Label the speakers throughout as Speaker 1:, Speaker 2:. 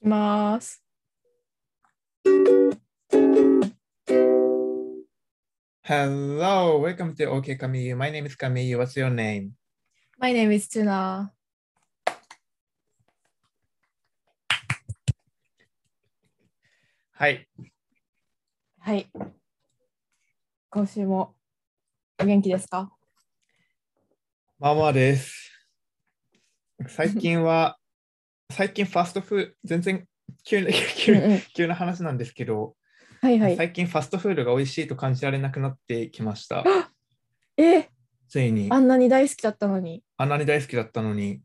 Speaker 1: きます。
Speaker 2: Hello, welcome to OK Kamiyu. My name is Kamiyu. What's your name?
Speaker 1: My name is Tuna.
Speaker 2: Hi.
Speaker 1: はい。今週もお元気ですか
Speaker 2: まあまあです。最近は、最近ファストフード、全然急な 急な急な話なんですけど、
Speaker 1: はいはい。
Speaker 2: 最近ファストフードが美味しいと感じられなくなってきました。
Speaker 1: えー
Speaker 2: ついに、
Speaker 1: あんなに大好きだったのに。
Speaker 2: あんなに大好きだったのに、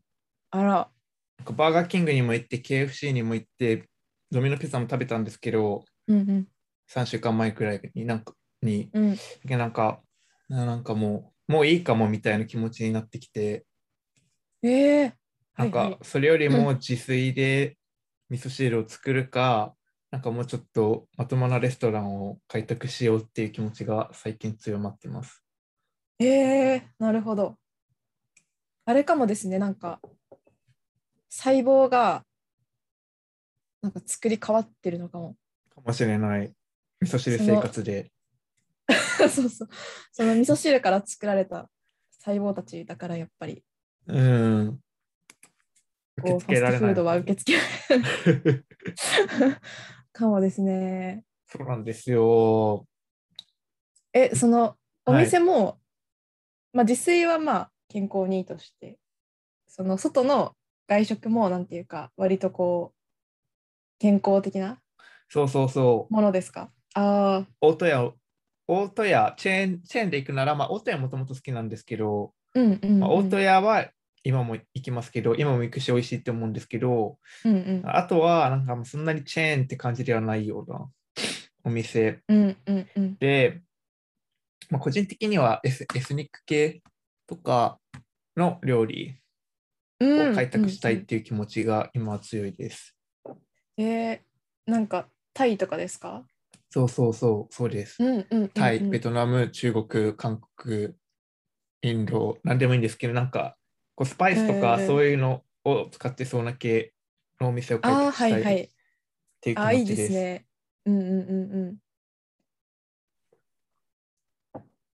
Speaker 1: あら。
Speaker 2: なんかバーガーキングにも行って、KFC にも行って、ドミノピザも食べたんですけど、
Speaker 1: うん
Speaker 2: 3週間前くらいになんか、に
Speaker 1: うん。うん。
Speaker 2: いやなんか、ななんかもう、もういいかもみたいな気持ちになってきて、
Speaker 1: えー
Speaker 2: なん
Speaker 1: はいは
Speaker 2: か
Speaker 1: い
Speaker 2: それよりも自炊で味噌汁を作るか、なんかもうちょっとまともなレストランを開拓しようっていう気持ちが最近強まってます。
Speaker 1: えーなるほど。あれかもですね、なんか、細胞が、なんか作り変わってるのかも。
Speaker 2: かもしれない。味噌汁生活で。
Speaker 1: そうそう。その味噌汁から作られた細胞たちだから、やっぱり、
Speaker 2: うん。受
Speaker 1: こ
Speaker 2: け
Speaker 1: う、フ
Speaker 2: 付
Speaker 1: ァ
Speaker 2: け
Speaker 1: ス
Speaker 2: ら
Speaker 1: ト
Speaker 2: れ
Speaker 1: フ
Speaker 2: な
Speaker 1: ー
Speaker 2: い。
Speaker 1: ドは受け付けられない。 かもですね。
Speaker 2: そうなんですよ。
Speaker 1: え、そのお
Speaker 2: はい
Speaker 1: 店も、まあ自炊はまあ健康にいいとして、その外の外食もなんていうか、割とこう、健康的な
Speaker 2: そうそうそう。
Speaker 1: ものですかああ、
Speaker 2: 大戸屋を、大戸屋、チェーン、チェーンで行くなら、まあ大戸屋もともと好きなんですけど、
Speaker 1: うんうん、うん。
Speaker 2: まあ、大戸屋は今も行きますけど、今も行くし美味しいって思うんですけど、
Speaker 1: うん
Speaker 2: あとはなんかもうそんなにチェーンって感じではないようなお店
Speaker 1: うん。うんうんうん。
Speaker 2: で、まあ、個人的にはエスエスニック系とかの料理
Speaker 1: うん
Speaker 2: を開拓したい
Speaker 1: うん
Speaker 2: っていう気持ちが今は強いです。
Speaker 1: うんえーなんかタイとかですか
Speaker 2: そうそうそう、そうです。
Speaker 1: うんうんうんうん。
Speaker 2: タイ、ベトナム、中国、韓国、インド、なんでもいいんですけど、なんかこうスパイスとか
Speaker 1: えー
Speaker 2: そういうのを使ってそうな系のお店を開
Speaker 1: ああ、
Speaker 2: 拓し
Speaker 1: は
Speaker 2: たい
Speaker 1: いは
Speaker 2: っ
Speaker 1: い。
Speaker 2: ていう気
Speaker 1: ああ、い
Speaker 2: 持
Speaker 1: いで
Speaker 2: ちですす。
Speaker 1: ね。うんうんうんう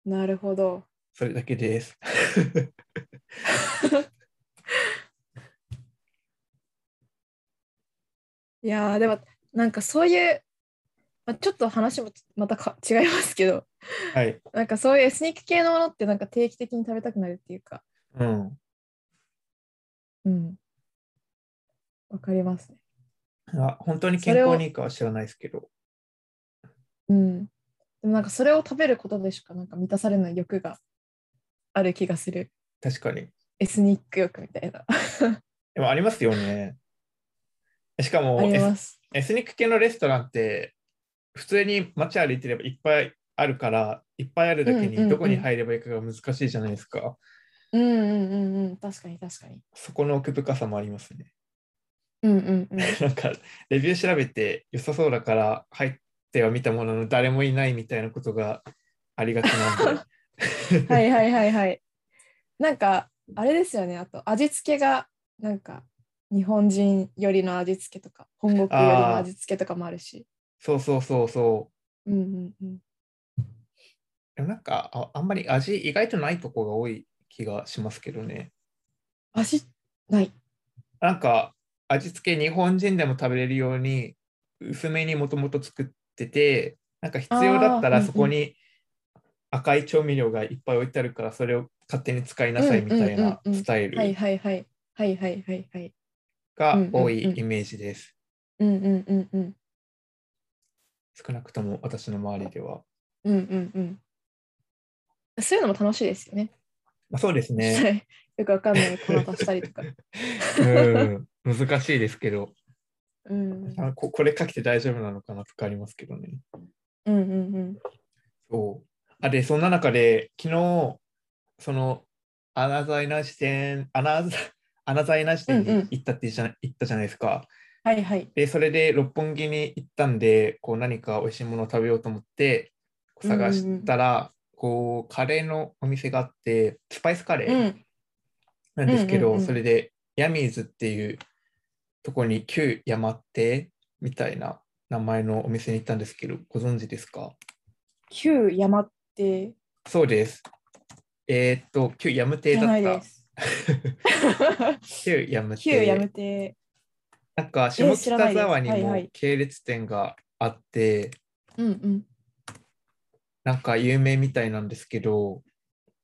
Speaker 1: ん。なるほど。
Speaker 2: それだけです。
Speaker 1: いやーでもなんかそういう、まあ、ちょっと話もまたか違いますけど
Speaker 2: はい。
Speaker 1: なんかそういうエスニック系のものってなんか定期的に食べたくなるっていうか
Speaker 2: うん。
Speaker 1: うんわかりますね
Speaker 2: あ本当に健康にいいかは知らないですけど。
Speaker 1: うんでもなんかそれを食べることでしかなんか満たされない欲がある気がする
Speaker 2: 確かに。
Speaker 1: エスニック欲みたいな
Speaker 2: でもありますよね。しか
Speaker 1: あ
Speaker 2: も
Speaker 1: り
Speaker 2: エス
Speaker 1: ます
Speaker 2: エスニック系のレストランって普通に街歩いてればいっぱいあるからいっぱいあるだけ
Speaker 1: うんうんうん
Speaker 2: にどこに入ればいいかが難しいじゃないですか。
Speaker 1: うんうんうんうん確かに確かに
Speaker 2: そこの奥深さもありますね。
Speaker 1: うんうんうん
Speaker 2: なんかレビュー調べて良さそうだから入っては見たものの誰もいないみたいなことがありがちな んで。
Speaker 1: はいはいはいはいなんかあれですよねあと味付けがなんか日本人よりの味付けとか本国よりの味付けとかもあるし
Speaker 2: そうそうそうそう。
Speaker 1: うんうんうん
Speaker 2: でもなんかああんまり味意外とないとこが多い気がしますけどね。
Speaker 1: 味ない
Speaker 2: なんか味付け日本人でも食べれるように薄めにもともと作っててなんか必要だった
Speaker 1: あーうんう
Speaker 2: ら
Speaker 1: ん
Speaker 2: そこに赤い調味料がいっぱい置いてあるからそれを勝手に使いなさいみたいな
Speaker 1: うんうんうんうん
Speaker 2: スタ
Speaker 1: は
Speaker 2: イ
Speaker 1: い
Speaker 2: ル
Speaker 1: はいはいはいはいはいはい
Speaker 2: が多
Speaker 1: うんうんう
Speaker 2: い
Speaker 1: ん
Speaker 2: イメージです。
Speaker 1: うんうんうんうん
Speaker 2: 少なくとも私の周りでは。
Speaker 1: うんうんうんそういうのも楽しいですよね。
Speaker 2: まあ、そうで すね。
Speaker 1: よくわかんない粉足したりとか。
Speaker 2: うん難しいですけど
Speaker 1: うん、
Speaker 2: あここれかけて大丈夫なのかなとかありますけどね。
Speaker 1: うんうん
Speaker 2: そう。あ、で、そんな中で、昨日、その、アナザイナ支店、アナザ、 アナザイナ支店
Speaker 1: うんう
Speaker 2: に
Speaker 1: ん
Speaker 2: 行ったってじゃな、行ったじゃないですか。
Speaker 1: はいはい。
Speaker 2: で、それで六本木に行ったんで、こう何か美味しいものを食べようと思って、こう
Speaker 1: うんうんうん
Speaker 2: 探したら、こう、カレーのお店があって、スパイスカレ
Speaker 1: う
Speaker 2: ー
Speaker 1: ん
Speaker 2: なんです
Speaker 1: うん
Speaker 2: け
Speaker 1: うん
Speaker 2: ど、
Speaker 1: うん
Speaker 2: それで、ヤミーズっていう、とこに旧山亭みたいな名前のお店に行ったんですけど、ご存知ですか
Speaker 1: 旧山って
Speaker 2: そうです。えーっと、旧山亭
Speaker 1: じ
Speaker 2: だ
Speaker 1: ゃない
Speaker 2: っ
Speaker 1: で
Speaker 2: た。
Speaker 1: す。
Speaker 2: 旧山 亭。
Speaker 1: 旧山亭。
Speaker 2: なんか
Speaker 1: え
Speaker 2: 下
Speaker 1: ー知ら
Speaker 2: 北
Speaker 1: ないです
Speaker 2: 沢に
Speaker 1: はいは
Speaker 2: も
Speaker 1: い
Speaker 2: 系列店があって、
Speaker 1: うんうん。
Speaker 2: なんか有名みたいなんですけど、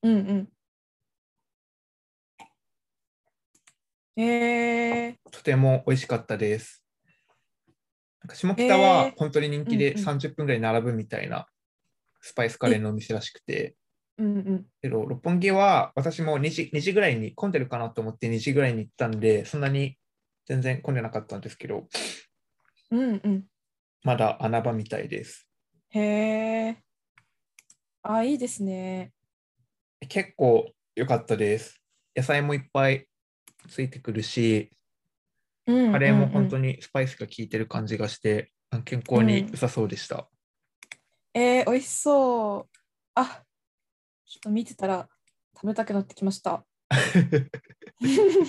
Speaker 1: うんうん。え
Speaker 2: とても美味しかったです。なんか下北は
Speaker 1: えー
Speaker 2: 本当に人気で
Speaker 1: うんうん
Speaker 2: 30分ぐらい並ぶみたいなスパイスカレーのお店らしくて、
Speaker 1: ー、うんうん。
Speaker 2: けど六本木は私も2時 ,2 時ぐらいに混んでるかなと思って2時ぐらいに行ったんで、そんなに全然混んでなかったんですけど、
Speaker 1: うんうん。
Speaker 2: まだ穴場みたいです。
Speaker 1: へえ。あ、いいですね。
Speaker 2: 結構良かったです。野菜もいっぱいついてくるし、
Speaker 1: うん
Speaker 2: カレーも本当
Speaker 1: に。
Speaker 2: にスパイスが効いてる感じがして、あ健康に良さそうでした。
Speaker 1: えー、美味しそう。あ、ちょっと見てたら食べたくなってきました。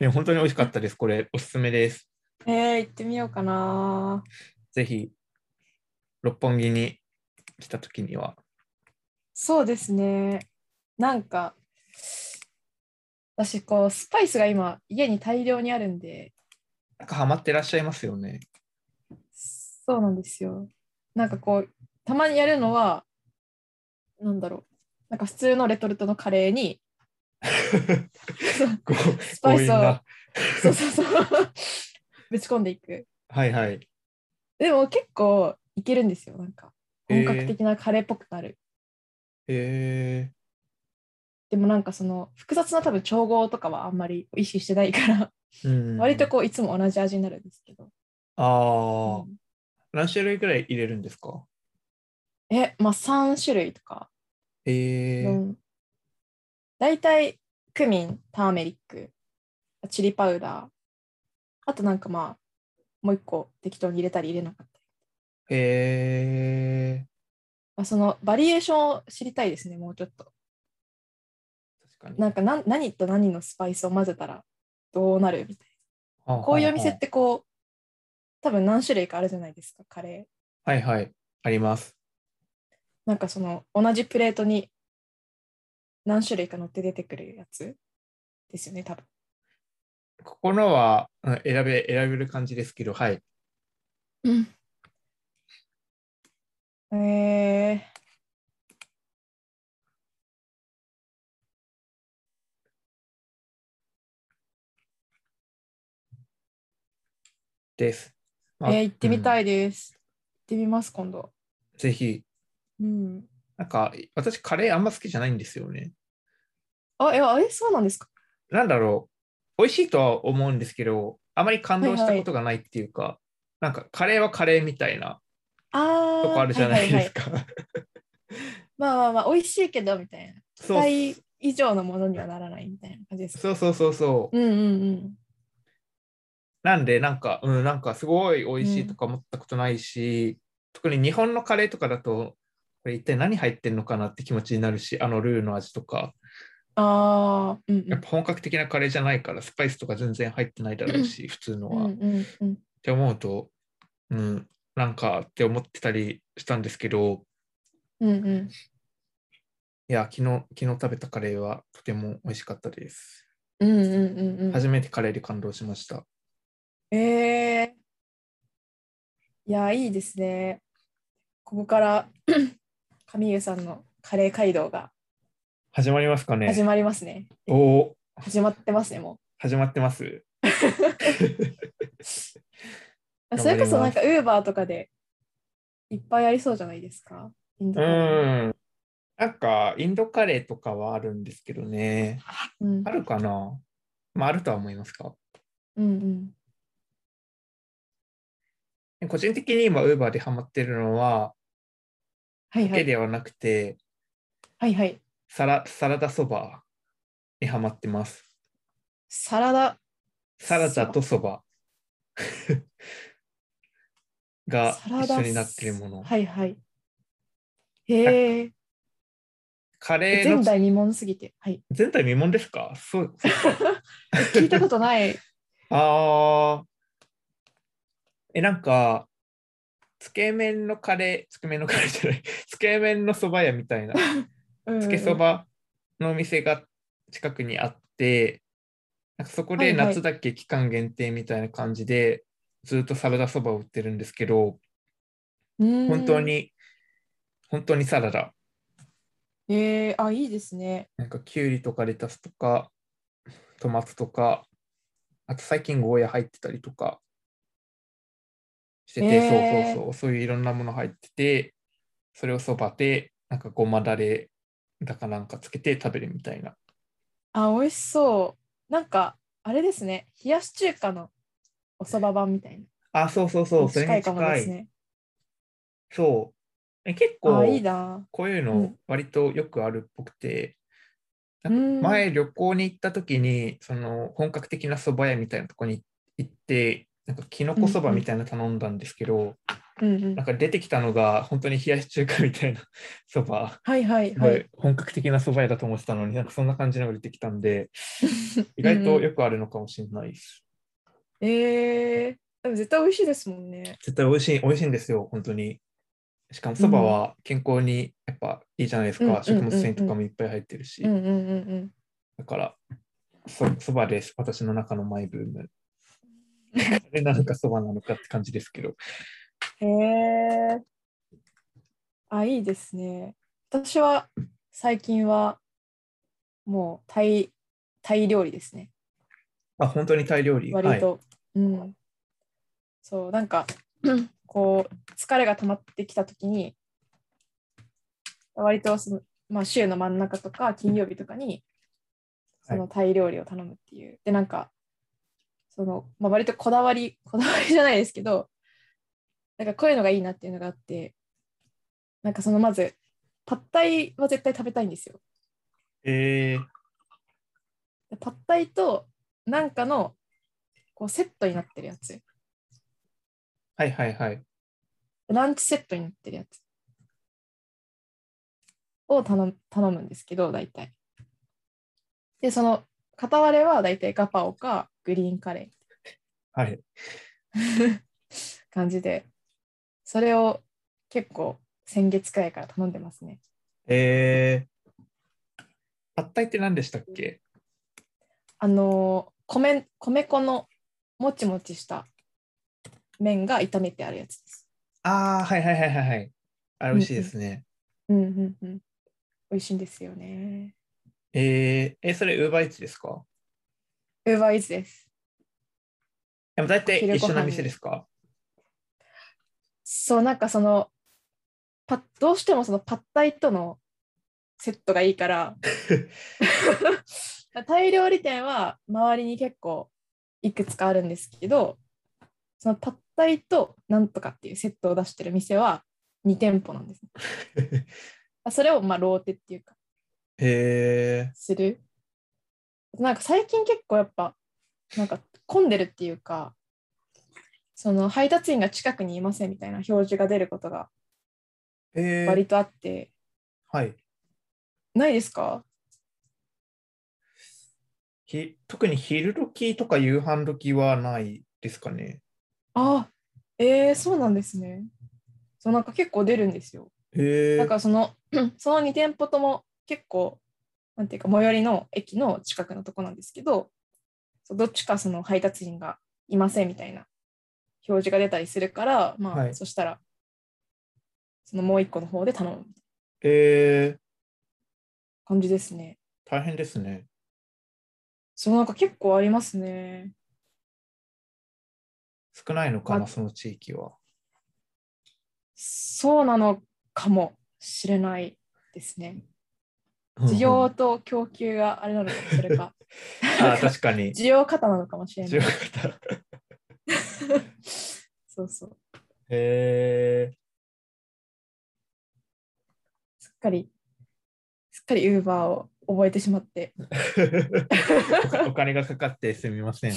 Speaker 2: ね、本当に美味しかったです。これ、おすすめです。
Speaker 1: えー、行ってみようかな。
Speaker 2: ぜひ、六本木に来た時には。
Speaker 1: そうですね。なんか、私、こう、スパイスが今、家に大量にあるんで、
Speaker 2: なんかハマってらっしゃいますよね。
Speaker 1: そうなんですよ。なんかこう、たまにやるのは、なんだろう。なんか普通のレトルトのカレーに、
Speaker 2: ご
Speaker 1: スパイスを
Speaker 2: 強引な
Speaker 1: そうそう そう、ぶち込んでいく。
Speaker 2: はいはい。
Speaker 1: でも結構いけるんですよ。なんか、本格的なカレーっぽくなる。
Speaker 2: え
Speaker 1: でもなんかその複雑な多分調合とかはあんまり意識してないから、
Speaker 2: ーうん、
Speaker 1: 割とこういつも同じ味になるんですけど、
Speaker 2: ああ、
Speaker 1: うん
Speaker 2: 何種類くらい入れるんですか
Speaker 1: えまあ3種類とか、
Speaker 2: え
Speaker 1: う
Speaker 2: ー
Speaker 1: ん大体クミンターメリックチリパウダーあとなんかまあもう一個適当に入れたり入れなかったり、
Speaker 2: え
Speaker 1: まあ、そのバリエーションを知りたいですねもうちょっと
Speaker 2: ー確か
Speaker 1: な
Speaker 2: に
Speaker 1: んか何何と何のスパイスを混ぜたらどうなるみたいなこういうお店っ。てこう多分何種類かあるじゃないですかカレー
Speaker 2: はいはい。あります。
Speaker 1: なんかその同じプレートに何種類か乗って出てくるやつですよね、多分。
Speaker 2: ここのは、うん選べ、選べる感じですけど、はい。
Speaker 1: え
Speaker 2: です。
Speaker 1: ー、えー行ってみた
Speaker 2: い。
Speaker 1: いです。行ってみます、今度。
Speaker 2: うんぜひ、
Speaker 1: うん。
Speaker 2: なんか、私、カレーあんま好きじゃないんですよね。
Speaker 1: あ、いや、え、そうなんですか。
Speaker 2: なんだろう、美味しいとは思うんですけど、あまり感動したことがないっていうか、なんか、カレーはカレーみたいな
Speaker 1: あ
Speaker 2: と
Speaker 1: ー
Speaker 2: こあるじゃない
Speaker 1: は
Speaker 2: で
Speaker 1: は
Speaker 2: す
Speaker 1: は
Speaker 2: か。
Speaker 1: まあまあまあ、美味しいけど、みたいな。期
Speaker 2: そう
Speaker 1: 待以上のものにはならないみたいな感じですか。
Speaker 2: そうそうそうそう。
Speaker 1: うんうんうん。
Speaker 2: なんで、なんか、うん、なんかすごい美味しいとか思ったことないし、特に日本のカレーとかだと、これ一体何入ってんのかなって気持ちになるし、あのルーの味とか、
Speaker 1: ああ、うんう
Speaker 2: やっ
Speaker 1: ん。
Speaker 2: ぱ本格的なカレーじゃないから、スパイスとか全然入ってないだろうし、普通の
Speaker 1: うん
Speaker 2: は。
Speaker 1: う
Speaker 2: っ
Speaker 1: んうん。
Speaker 2: て思うと、うん、なんかって思ってたりしたんですけど、
Speaker 1: うんうん。
Speaker 2: いや、昨日、昨日食べたカレーはとても美味しかったです。
Speaker 1: うんうんうんうん。
Speaker 2: 初めてカレーで感動しました。
Speaker 1: ええいや、いいですね。ここから 上湯さんのカレー街道が
Speaker 2: 始まりますかね
Speaker 1: 始まりますね。
Speaker 2: おおー、
Speaker 1: 始まってますね、も
Speaker 2: 始まっ てます。
Speaker 1: う。
Speaker 2: 頑
Speaker 1: それ
Speaker 2: 張りま
Speaker 1: こ
Speaker 2: す
Speaker 1: そなんか Uber とかでいっぱいありそうじゃないですか。インド
Speaker 2: う
Speaker 1: カレー
Speaker 2: ん。なんか、インドカレーとかはあるんですけどね。
Speaker 1: うん
Speaker 2: あるかなまあ、あるとは思いますか。
Speaker 1: うん
Speaker 2: 個人的に今、Uber でハマってるのは、
Speaker 1: はい
Speaker 2: だ
Speaker 1: は
Speaker 2: け
Speaker 1: い。
Speaker 2: ではなくて、
Speaker 1: はいはい。
Speaker 2: サラサラダそばにハマってます。
Speaker 1: サラダ。
Speaker 2: サラダとそばが
Speaker 1: サラ
Speaker 2: 一
Speaker 1: ダ
Speaker 2: 緒になってるもの。
Speaker 1: はいはい。へえ。
Speaker 2: カレーの
Speaker 1: 前代未聞すぎて。はい。
Speaker 2: 前代未聞ですかそう。
Speaker 1: 聞いたことない。
Speaker 2: ああ。え、なんか、つけ麺のカレー、つけ麺のカレーじゃない、 つけ麺のそば屋みたいな、
Speaker 1: うん
Speaker 2: つけそばのお店が近くにあって、なんかそこ
Speaker 1: は
Speaker 2: で
Speaker 1: いはい
Speaker 2: 夏だけ期間限定みたいな感じで、ずっとサラダそばを売ってるんですけど、
Speaker 1: うん
Speaker 2: 本当。に、本当にサラダ。
Speaker 1: えー、あ、いいですね。
Speaker 2: なんかきゅうりとかレタスとか、トマトとか、あと最近ゴーヤ入ってたりとかしてて、
Speaker 1: へー
Speaker 2: そうそうそう、そういういろんなもの入ってて、それをそばで、なんかごまだれだかなんかつけて食べるみたいな。
Speaker 1: あ、美味しそう。なんか、あれですね。冷やし中華のおそば版みたいな。
Speaker 2: あ、そうそうそう、それに
Speaker 1: 近
Speaker 2: 近い。
Speaker 1: いかもですね。
Speaker 2: そう。え
Speaker 1: あ、
Speaker 2: 結構、
Speaker 1: いいな。
Speaker 2: こういう
Speaker 1: う
Speaker 2: の
Speaker 1: ん
Speaker 2: 割とよくあるっぽくて、な
Speaker 1: うんん
Speaker 2: か前旅行に行った時に、その本格的な蕎麦屋みたいなとこに行って、なんかきのこそばみたいなの頼んだんですけど、
Speaker 1: うんうん
Speaker 2: なん。か出てきたのが本当に冷やし中華みたいな そば、
Speaker 1: はいはい
Speaker 2: すご
Speaker 1: はいい。
Speaker 2: 本格的な蕎麦屋だと思ってたのに、なんかそんな感じのが出てきた んで、意外とよくあるのかもしれないです。
Speaker 1: えー、でも絶対美味しいですもんね。
Speaker 2: 絶対美味しい、美味しいんですよ、本当に。しかもそばは健康にやっぱいいじゃないです
Speaker 1: うんう
Speaker 2: か、
Speaker 1: ん
Speaker 2: 食物繊維とかもいっぱい入ってるし。
Speaker 1: うんうんうん
Speaker 2: だから、そそばです。私の中のマイブーム。 あれなのかそばなのかって感じですけど。
Speaker 1: うん。へえー。あ、いいですね。私は最近はもうタイ、タイ料理ですね。
Speaker 2: あ、本当にタイ料理。
Speaker 1: 割と。うん。そう、なんか、こう、疲れが溜まってきたときに、割とその、まあ、週の真ん中とか、金曜日とかに、そ
Speaker 2: は
Speaker 1: のタイ料理を頼むっていう。で、なんか、その、まあ、割とこだわり、こだわりじゃないですけど、なんかこういうのがいいなっていうのがあって、なんかそのまず、パッタイは絶対食べたいんですよ。
Speaker 2: はい、えー、
Speaker 1: でパッタイとなんかのこうセットになってるやつ。
Speaker 2: はいはいはい。
Speaker 1: ランチセットになってるやつを頼む頼むんですけど、大体。で、その片割れは大体ガパオかグリーンカレ
Speaker 2: はい。
Speaker 1: ー感じで、それを結構先月くらいから頼んでますね。
Speaker 2: えー、パッタイって何でしたっけ
Speaker 1: あのー米、米粉のもちもちした麺が炒めてあるやつです。
Speaker 2: ああ、はいはいはいはいはい。あれ美味しいですね。
Speaker 1: うんうんうん。美味しいんですよね。
Speaker 2: えー、え、それウーバーイーツですか
Speaker 1: ウーバーイーツです。
Speaker 2: でも大体
Speaker 1: 昼
Speaker 2: 一
Speaker 1: ご飯
Speaker 2: 緒
Speaker 1: に
Speaker 2: の店です か
Speaker 1: そう、なんかその、パどうしてもそのパッタイとのセットがいいから、タイ料理店は周りに結構いくつかあるんですけど、そのパッタイとなんとかっていうセットを出してる店は2店舗なんです、ね。あそれをまあローテっていうか、
Speaker 2: え
Speaker 1: する。なんか最近結構やっぱ、なんか混んでるっていうか、その配達員が近くにいませんみたいな表示が出ることが
Speaker 2: ー、えー、
Speaker 1: 割とあって、
Speaker 2: はい。
Speaker 1: ないですか
Speaker 2: ひ特に昼時とか夕飯時はないですかね。
Speaker 1: あえー、そうなんですね。そうなんか結構出るんですよ。
Speaker 2: えー、
Speaker 1: だからその その2店舗とも結構なんていうか最寄りの駅の近くのとこなんですけどそうどっちかその配達員がいませんみたいな表示が出たりするから、まあ
Speaker 2: はい
Speaker 1: そしたらそのもう1個の方で頼む
Speaker 2: えー、
Speaker 1: 感じですね。
Speaker 2: 大変ですね。
Speaker 1: そうなんか結構ありますね。
Speaker 2: 少ないのかな、
Speaker 1: ま
Speaker 2: その地域は。
Speaker 1: そうなのかもしれないですね。需
Speaker 2: うんう
Speaker 1: 要
Speaker 2: ん
Speaker 1: と供給があれなのかもそれ か
Speaker 2: あー確かに。
Speaker 1: 需要過多なのかもしれ
Speaker 2: 需
Speaker 1: な
Speaker 2: 要
Speaker 1: い。
Speaker 2: が高い
Speaker 1: そうそう。
Speaker 2: え
Speaker 1: すっかり、すっかりウーバーを覚えてしま って。
Speaker 2: ーお 金お金がかかってすみません。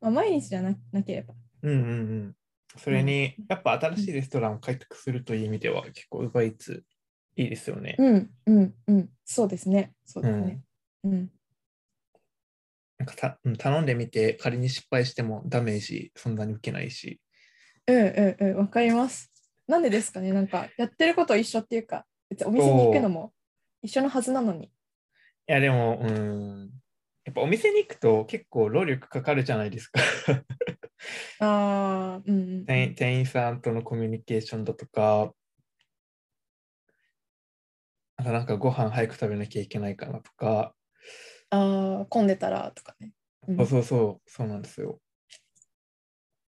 Speaker 1: まあ毎日じゃななければ。
Speaker 2: うんうんうん。それに、やっぱ新しいレストランを開拓するという意味では、結構 Uber Eats いいですよね。
Speaker 1: うんうんうん。そうですね。そうですね。うん。
Speaker 2: なんかたうん頼んでみて仮に失敗してもダメージそんなに受けないし
Speaker 1: うんうんうん、わかります。なんでですかね、なんかやってること一緒っていうか、別にお店に行くのも一緒のはずなのに。
Speaker 2: いやでもうんやっぱお店に行くと結構労力かかるじゃないですか
Speaker 1: ああ、うんうん
Speaker 2: 店員店員さんとのコミュニケーションだとかあとなんかご飯早く食べなきゃいけないかなとか、
Speaker 1: うん。ああ、混んでたらとかね。うん
Speaker 2: そうそうそうそうなんですよ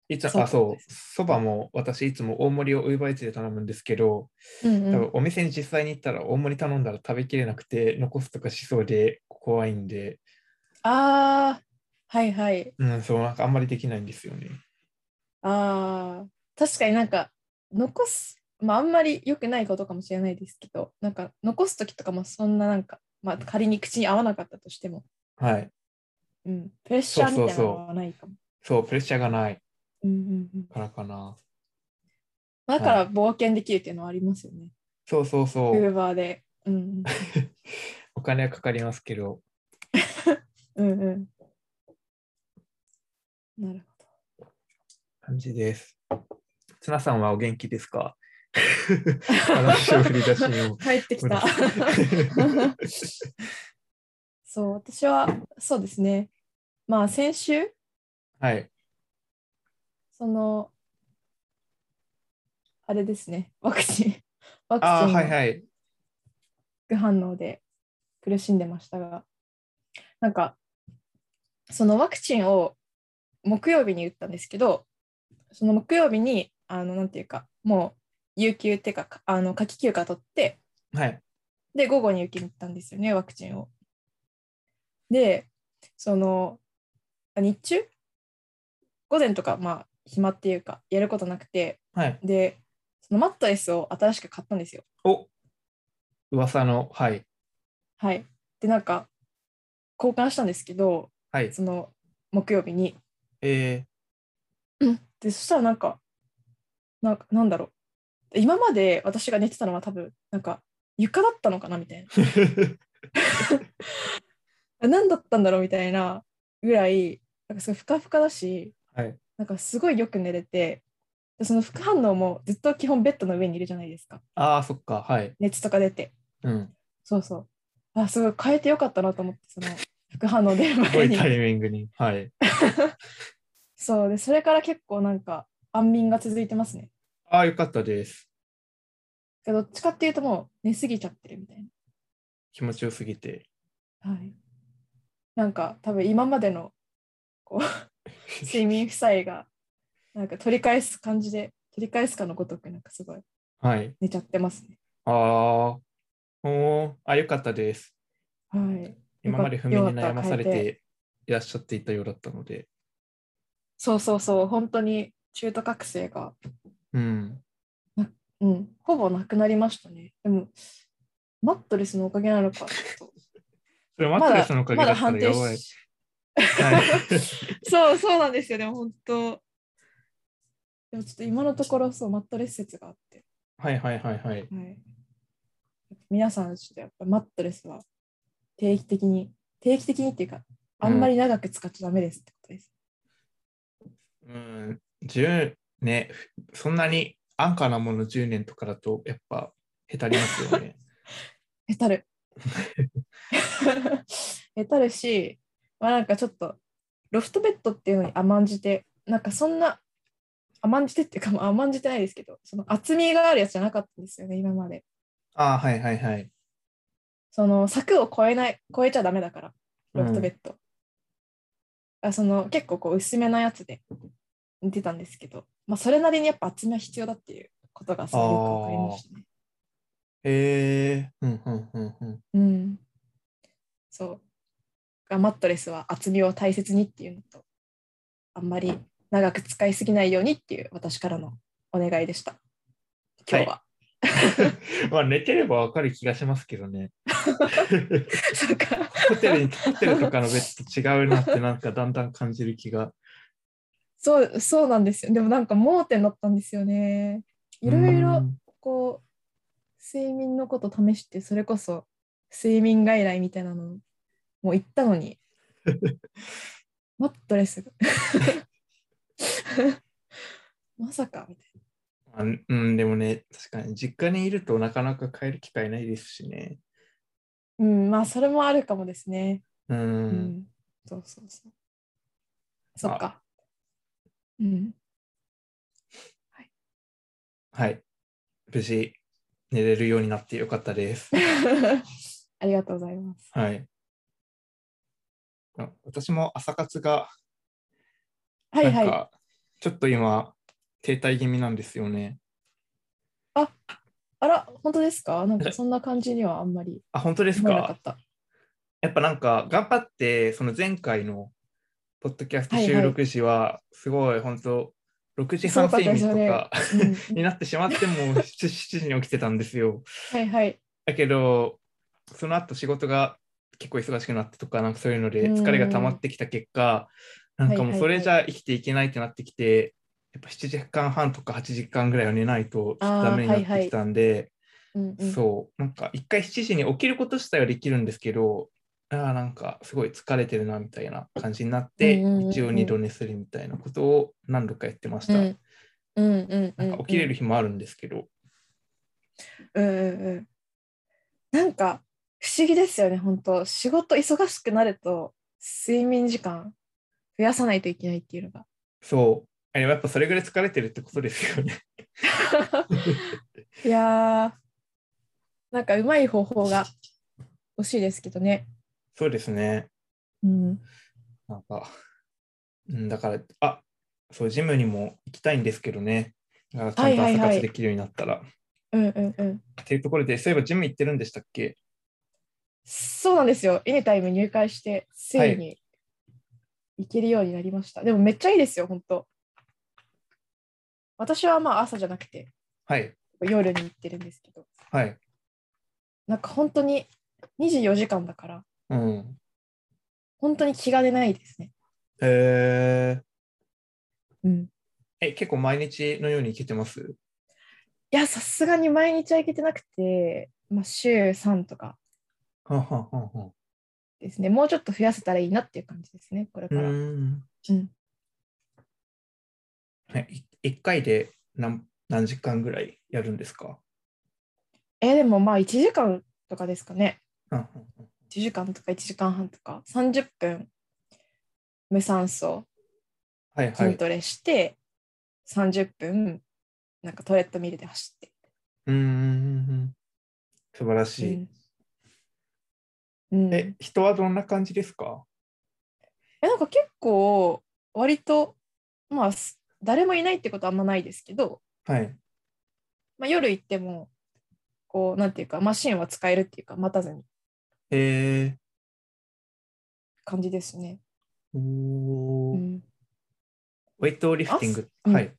Speaker 2: い
Speaker 1: そ
Speaker 2: つ
Speaker 1: うな
Speaker 2: あ
Speaker 1: ん
Speaker 2: そ
Speaker 1: で
Speaker 2: うそばも私いつも大盛りを UberEats で頼むんですけど、
Speaker 1: うんう
Speaker 2: 多
Speaker 1: ん
Speaker 2: 分お店に実際に行ったら大盛り頼んだら食べきれなくて残すとかしそうで怖いんで、
Speaker 1: ああ、はいはい。
Speaker 2: うん、そうなんかあんまりできないんですよね。
Speaker 1: ああ、確かになんか残す、まああんまり良くないことかもしれないですけど、なんか残すときとかもそんななんか、まあ仮に口に合わなかったとしても、
Speaker 2: はい。
Speaker 1: うん、プレッシャーみたいな
Speaker 2: そうそう
Speaker 1: のはないかも。
Speaker 2: そう、プレッシャーがない
Speaker 1: うんうんうん
Speaker 2: からかな。
Speaker 1: だから冒険できるっていうのはありますよね。
Speaker 2: そうそうそ
Speaker 1: ウ
Speaker 2: う。
Speaker 1: ーバーで。うん
Speaker 2: お金はかかりますけど。
Speaker 1: うん。うんうん。なるほど。
Speaker 2: 感じです。ツナさんはお元気で すか話を振り出しにも。
Speaker 1: 帰って きた。そう、私は、そうですね。まあ、先週、
Speaker 2: はい。
Speaker 1: その、あれですね、ワクチン、ワク
Speaker 2: ああ、
Speaker 1: チン
Speaker 2: はい
Speaker 1: の
Speaker 2: はい。
Speaker 1: 副反応で苦しんでましたが、なんか、そのワクチンを木曜日に打ったんですけど、その木曜日に、あの、なんていうか、もう、有給っていうか、あの、夏季休暇取って、
Speaker 2: はい。
Speaker 1: で、午後に受けに行ったんですよね、ワクチンを。で、その、あ日中午前とか、まあ、暇っていうか、やることなくて、
Speaker 2: はい。
Speaker 1: で、そのマットレスを新しく買ったんですよ。
Speaker 2: お噂の、はい。
Speaker 1: はい。で、なんか、交換したんですけど、
Speaker 2: はい。
Speaker 1: その、木曜日に。
Speaker 2: え
Speaker 1: で、そしたらなんか、なんかなんだろう。今まで私が寝てたのは多分、なんか、床だったのかなみたいな。
Speaker 2: ー、
Speaker 1: 何だったんだろうみたいなぐらい、なんかすごいふかふかだし、
Speaker 2: はい。
Speaker 1: なんかすごいよく寝れて、でその副反応もずっと基本ベッドの上にいるじゃないですか。
Speaker 2: ああ、そっか。はい。
Speaker 1: 熱とか出て。
Speaker 2: うん。
Speaker 1: そうそう。あ、すごい変えてよかったなと思って、そ の副反応出る
Speaker 2: すご
Speaker 1: 前
Speaker 2: い
Speaker 1: に
Speaker 2: タ。イミングに。はい。
Speaker 1: そうで、それから結構なんか安眠が続いてますね。
Speaker 2: ああ、よかったです。
Speaker 1: だからどっちかっていうともう寝すぎちゃってるみたい
Speaker 2: 気持ちよすぎて。
Speaker 1: な。はい。なんか多分今までのこ う睡眠負債がなんか取り返す感じで、取り返すかのごとくなんかすごい
Speaker 2: はい。
Speaker 1: 寝ちゃってますね。
Speaker 2: ああ、おーあ、よかったです。
Speaker 1: はい。
Speaker 2: 今まで不眠に悩まされ
Speaker 1: よかった
Speaker 2: ていらっしゃっていたようだったので。
Speaker 1: そうそうそう、本当に中途覚醒が
Speaker 2: うん。
Speaker 1: うん、ほぼなくなりましたね。でも、マットレスのおかげなのか、ちょっと。
Speaker 2: それマ
Speaker 1: ま
Speaker 2: ットレ
Speaker 1: だ
Speaker 2: スのおかげ
Speaker 1: ま
Speaker 2: だ
Speaker 1: だ
Speaker 2: った
Speaker 1: 判
Speaker 2: ら
Speaker 1: 定
Speaker 2: やばい。
Speaker 1: し。
Speaker 2: はい
Speaker 1: そう、そうなんですよ、でも本当。でもちょっと今のところ、そう、マットレス説があって。
Speaker 2: はいはいはいは
Speaker 1: は
Speaker 2: い。
Speaker 1: い、皆さん、ちょっとやっぱマットレスは定期的に、定期的にっていうか、あんまり長く使っちゃダメですってことです。
Speaker 2: うん、10ね、そんなに安価なもの10年とかだと、やっぱ、へたります よね。
Speaker 1: へたる。へたるし、まあ、なんかちょっとロフトベッドっていうのに甘んじて、なんかそんな甘んじてっていうか、まあ甘んじてないですけど、その厚みがあるやつじゃなかったんですよね、今まで。
Speaker 2: ああ、はいはいはい。
Speaker 1: その柵を超えない、超えちゃダメだから、ロフトベッド。あその結構こう薄めのやつで寝てたんですけど、まあ、それなりにやっぱ厚みは必要だっていうことがすごく分かりましたね。
Speaker 2: えー、うんうんうんうん。
Speaker 1: うん。そう。マットレスは厚みを大切にっていうのと、あんまり長く使いすぎないようにっていう私からのお願いでした。今日は。
Speaker 2: まあ、寝てればわかる気がしますけど ね。
Speaker 1: そうか。
Speaker 2: ホテルにホテルとかのベッド違うなってなんかだんだん感じる気が。
Speaker 1: そう、そうなんですよ。でもなんか盲点だったんですよね。いろいうろ
Speaker 2: ん
Speaker 1: こう、睡眠 のこと試して、それこそ睡眠外来みたいなのも行ったのに、マットレスが まさかみたい
Speaker 2: あうん、でもね、確かに実家にいるとなかなか帰る機会ないですしね。
Speaker 1: な。うん、まあそれもあるかもですね。
Speaker 2: うん。
Speaker 1: うん。そうそうそう。そっか。うん。
Speaker 2: はい。無事、寝れるようになってよかった です。
Speaker 1: ありがとうございます。
Speaker 2: はい。あ私も朝活が、
Speaker 1: はいは
Speaker 2: なん
Speaker 1: い。
Speaker 2: か、ちょっと今、停滞気味なんですよね。
Speaker 1: あら、本当ですかなんかそんな感じにはあんまり
Speaker 2: あ、本当です
Speaker 1: 思えなか
Speaker 2: か
Speaker 1: った。
Speaker 2: やっぱなんか、頑張って、その前回の、ポッドキャスト
Speaker 1: はいはい
Speaker 2: 収録時は、すごい、本当6時
Speaker 1: すご
Speaker 2: 半
Speaker 1: かった
Speaker 2: 睡
Speaker 1: です
Speaker 2: 眠
Speaker 1: よ
Speaker 2: と
Speaker 1: ね
Speaker 2: か
Speaker 1: うん
Speaker 2: になってしまっても、7 7時に起きてたんですよ。
Speaker 1: はいはい。
Speaker 2: だけど、その後仕事が結構忙しくなってとか、なんかそういうので、
Speaker 1: うん
Speaker 2: 疲れが溜まってきた結果、なんかもうそれじゃ生きていけないってなってきて、やっぱ7時間半とか8時間ぐらいは寝ないと
Speaker 1: あー
Speaker 2: ダメになってきたんで、
Speaker 1: うんうん、
Speaker 2: そう、なんか一回7時に起きること自体はできるんですけど、あーなんかすごい疲れてるなみたいな感じになって、
Speaker 1: うんうんうんうん
Speaker 2: 一応二度寝するみたいなことを何度かやってまし
Speaker 1: うん
Speaker 2: た。
Speaker 1: うんうんう
Speaker 2: なん
Speaker 1: ん
Speaker 2: か起きれる日もあるんですけど、
Speaker 1: うんうんうんなんか不思議ですよね本当仕事忙しくなると睡眠時間増やさないといけないっていうのが
Speaker 2: そう、あれはやっぱそれぐらい疲れてるってことですよね。
Speaker 1: いやーなんかうまい方法が欲しいですけどね
Speaker 2: そうですね。
Speaker 1: うん
Speaker 2: なんか、うん、だから、あそう、ジムにも行きたいんですけどね。だからちゃんと
Speaker 1: はいはい
Speaker 2: 朝
Speaker 1: はい
Speaker 2: 活できるようになったら。
Speaker 1: うんうんうん
Speaker 2: っていうところで、そういえばジム行ってるんでしたっけ
Speaker 1: そうなんですよエニタイム入会してついに行けるようになりました、でもめっちゃいいですよ本当私はまあ朝じゃなくて
Speaker 2: はい、
Speaker 1: 夜に行ってるんですけど
Speaker 2: はい。
Speaker 1: なんか本当に24時間だから、
Speaker 2: うん。
Speaker 1: 本当に気が出ないですね。
Speaker 2: えー、
Speaker 1: うん、
Speaker 2: え、結構毎日のように行けてます
Speaker 1: いや、さすがに毎日は行けてなくて、まあ、週3とか
Speaker 2: はんはんはんはん。
Speaker 1: ですね、もうちょっと増やせたらいいなっていう感じですね、これ
Speaker 2: う
Speaker 1: から。
Speaker 2: ん。
Speaker 1: うん
Speaker 2: えい一回で何何時間ぐらいやるんですか
Speaker 1: えーでもまあ1時間とかですかね、
Speaker 2: うんうんうん
Speaker 1: 1時間とか1時間半とか、30分無酸素
Speaker 2: はいは
Speaker 1: 筋
Speaker 2: い。
Speaker 1: トレして、30分なんかトレッドミルで走って。
Speaker 2: うんうんうんうん。素晴らしい。
Speaker 1: うんうん、
Speaker 2: え、人はどんな感じですか
Speaker 1: えなんか結構割とまあす誰もいないってことはあんまないですけど、
Speaker 2: はい。
Speaker 1: まあ、夜行ってもこうなんていうかマシンは使えるっていうか待たずに
Speaker 2: えー、
Speaker 1: 感じですね。
Speaker 2: お
Speaker 1: う
Speaker 2: ー
Speaker 1: ん、
Speaker 2: ウェイトリフティング。
Speaker 1: あ
Speaker 2: はい。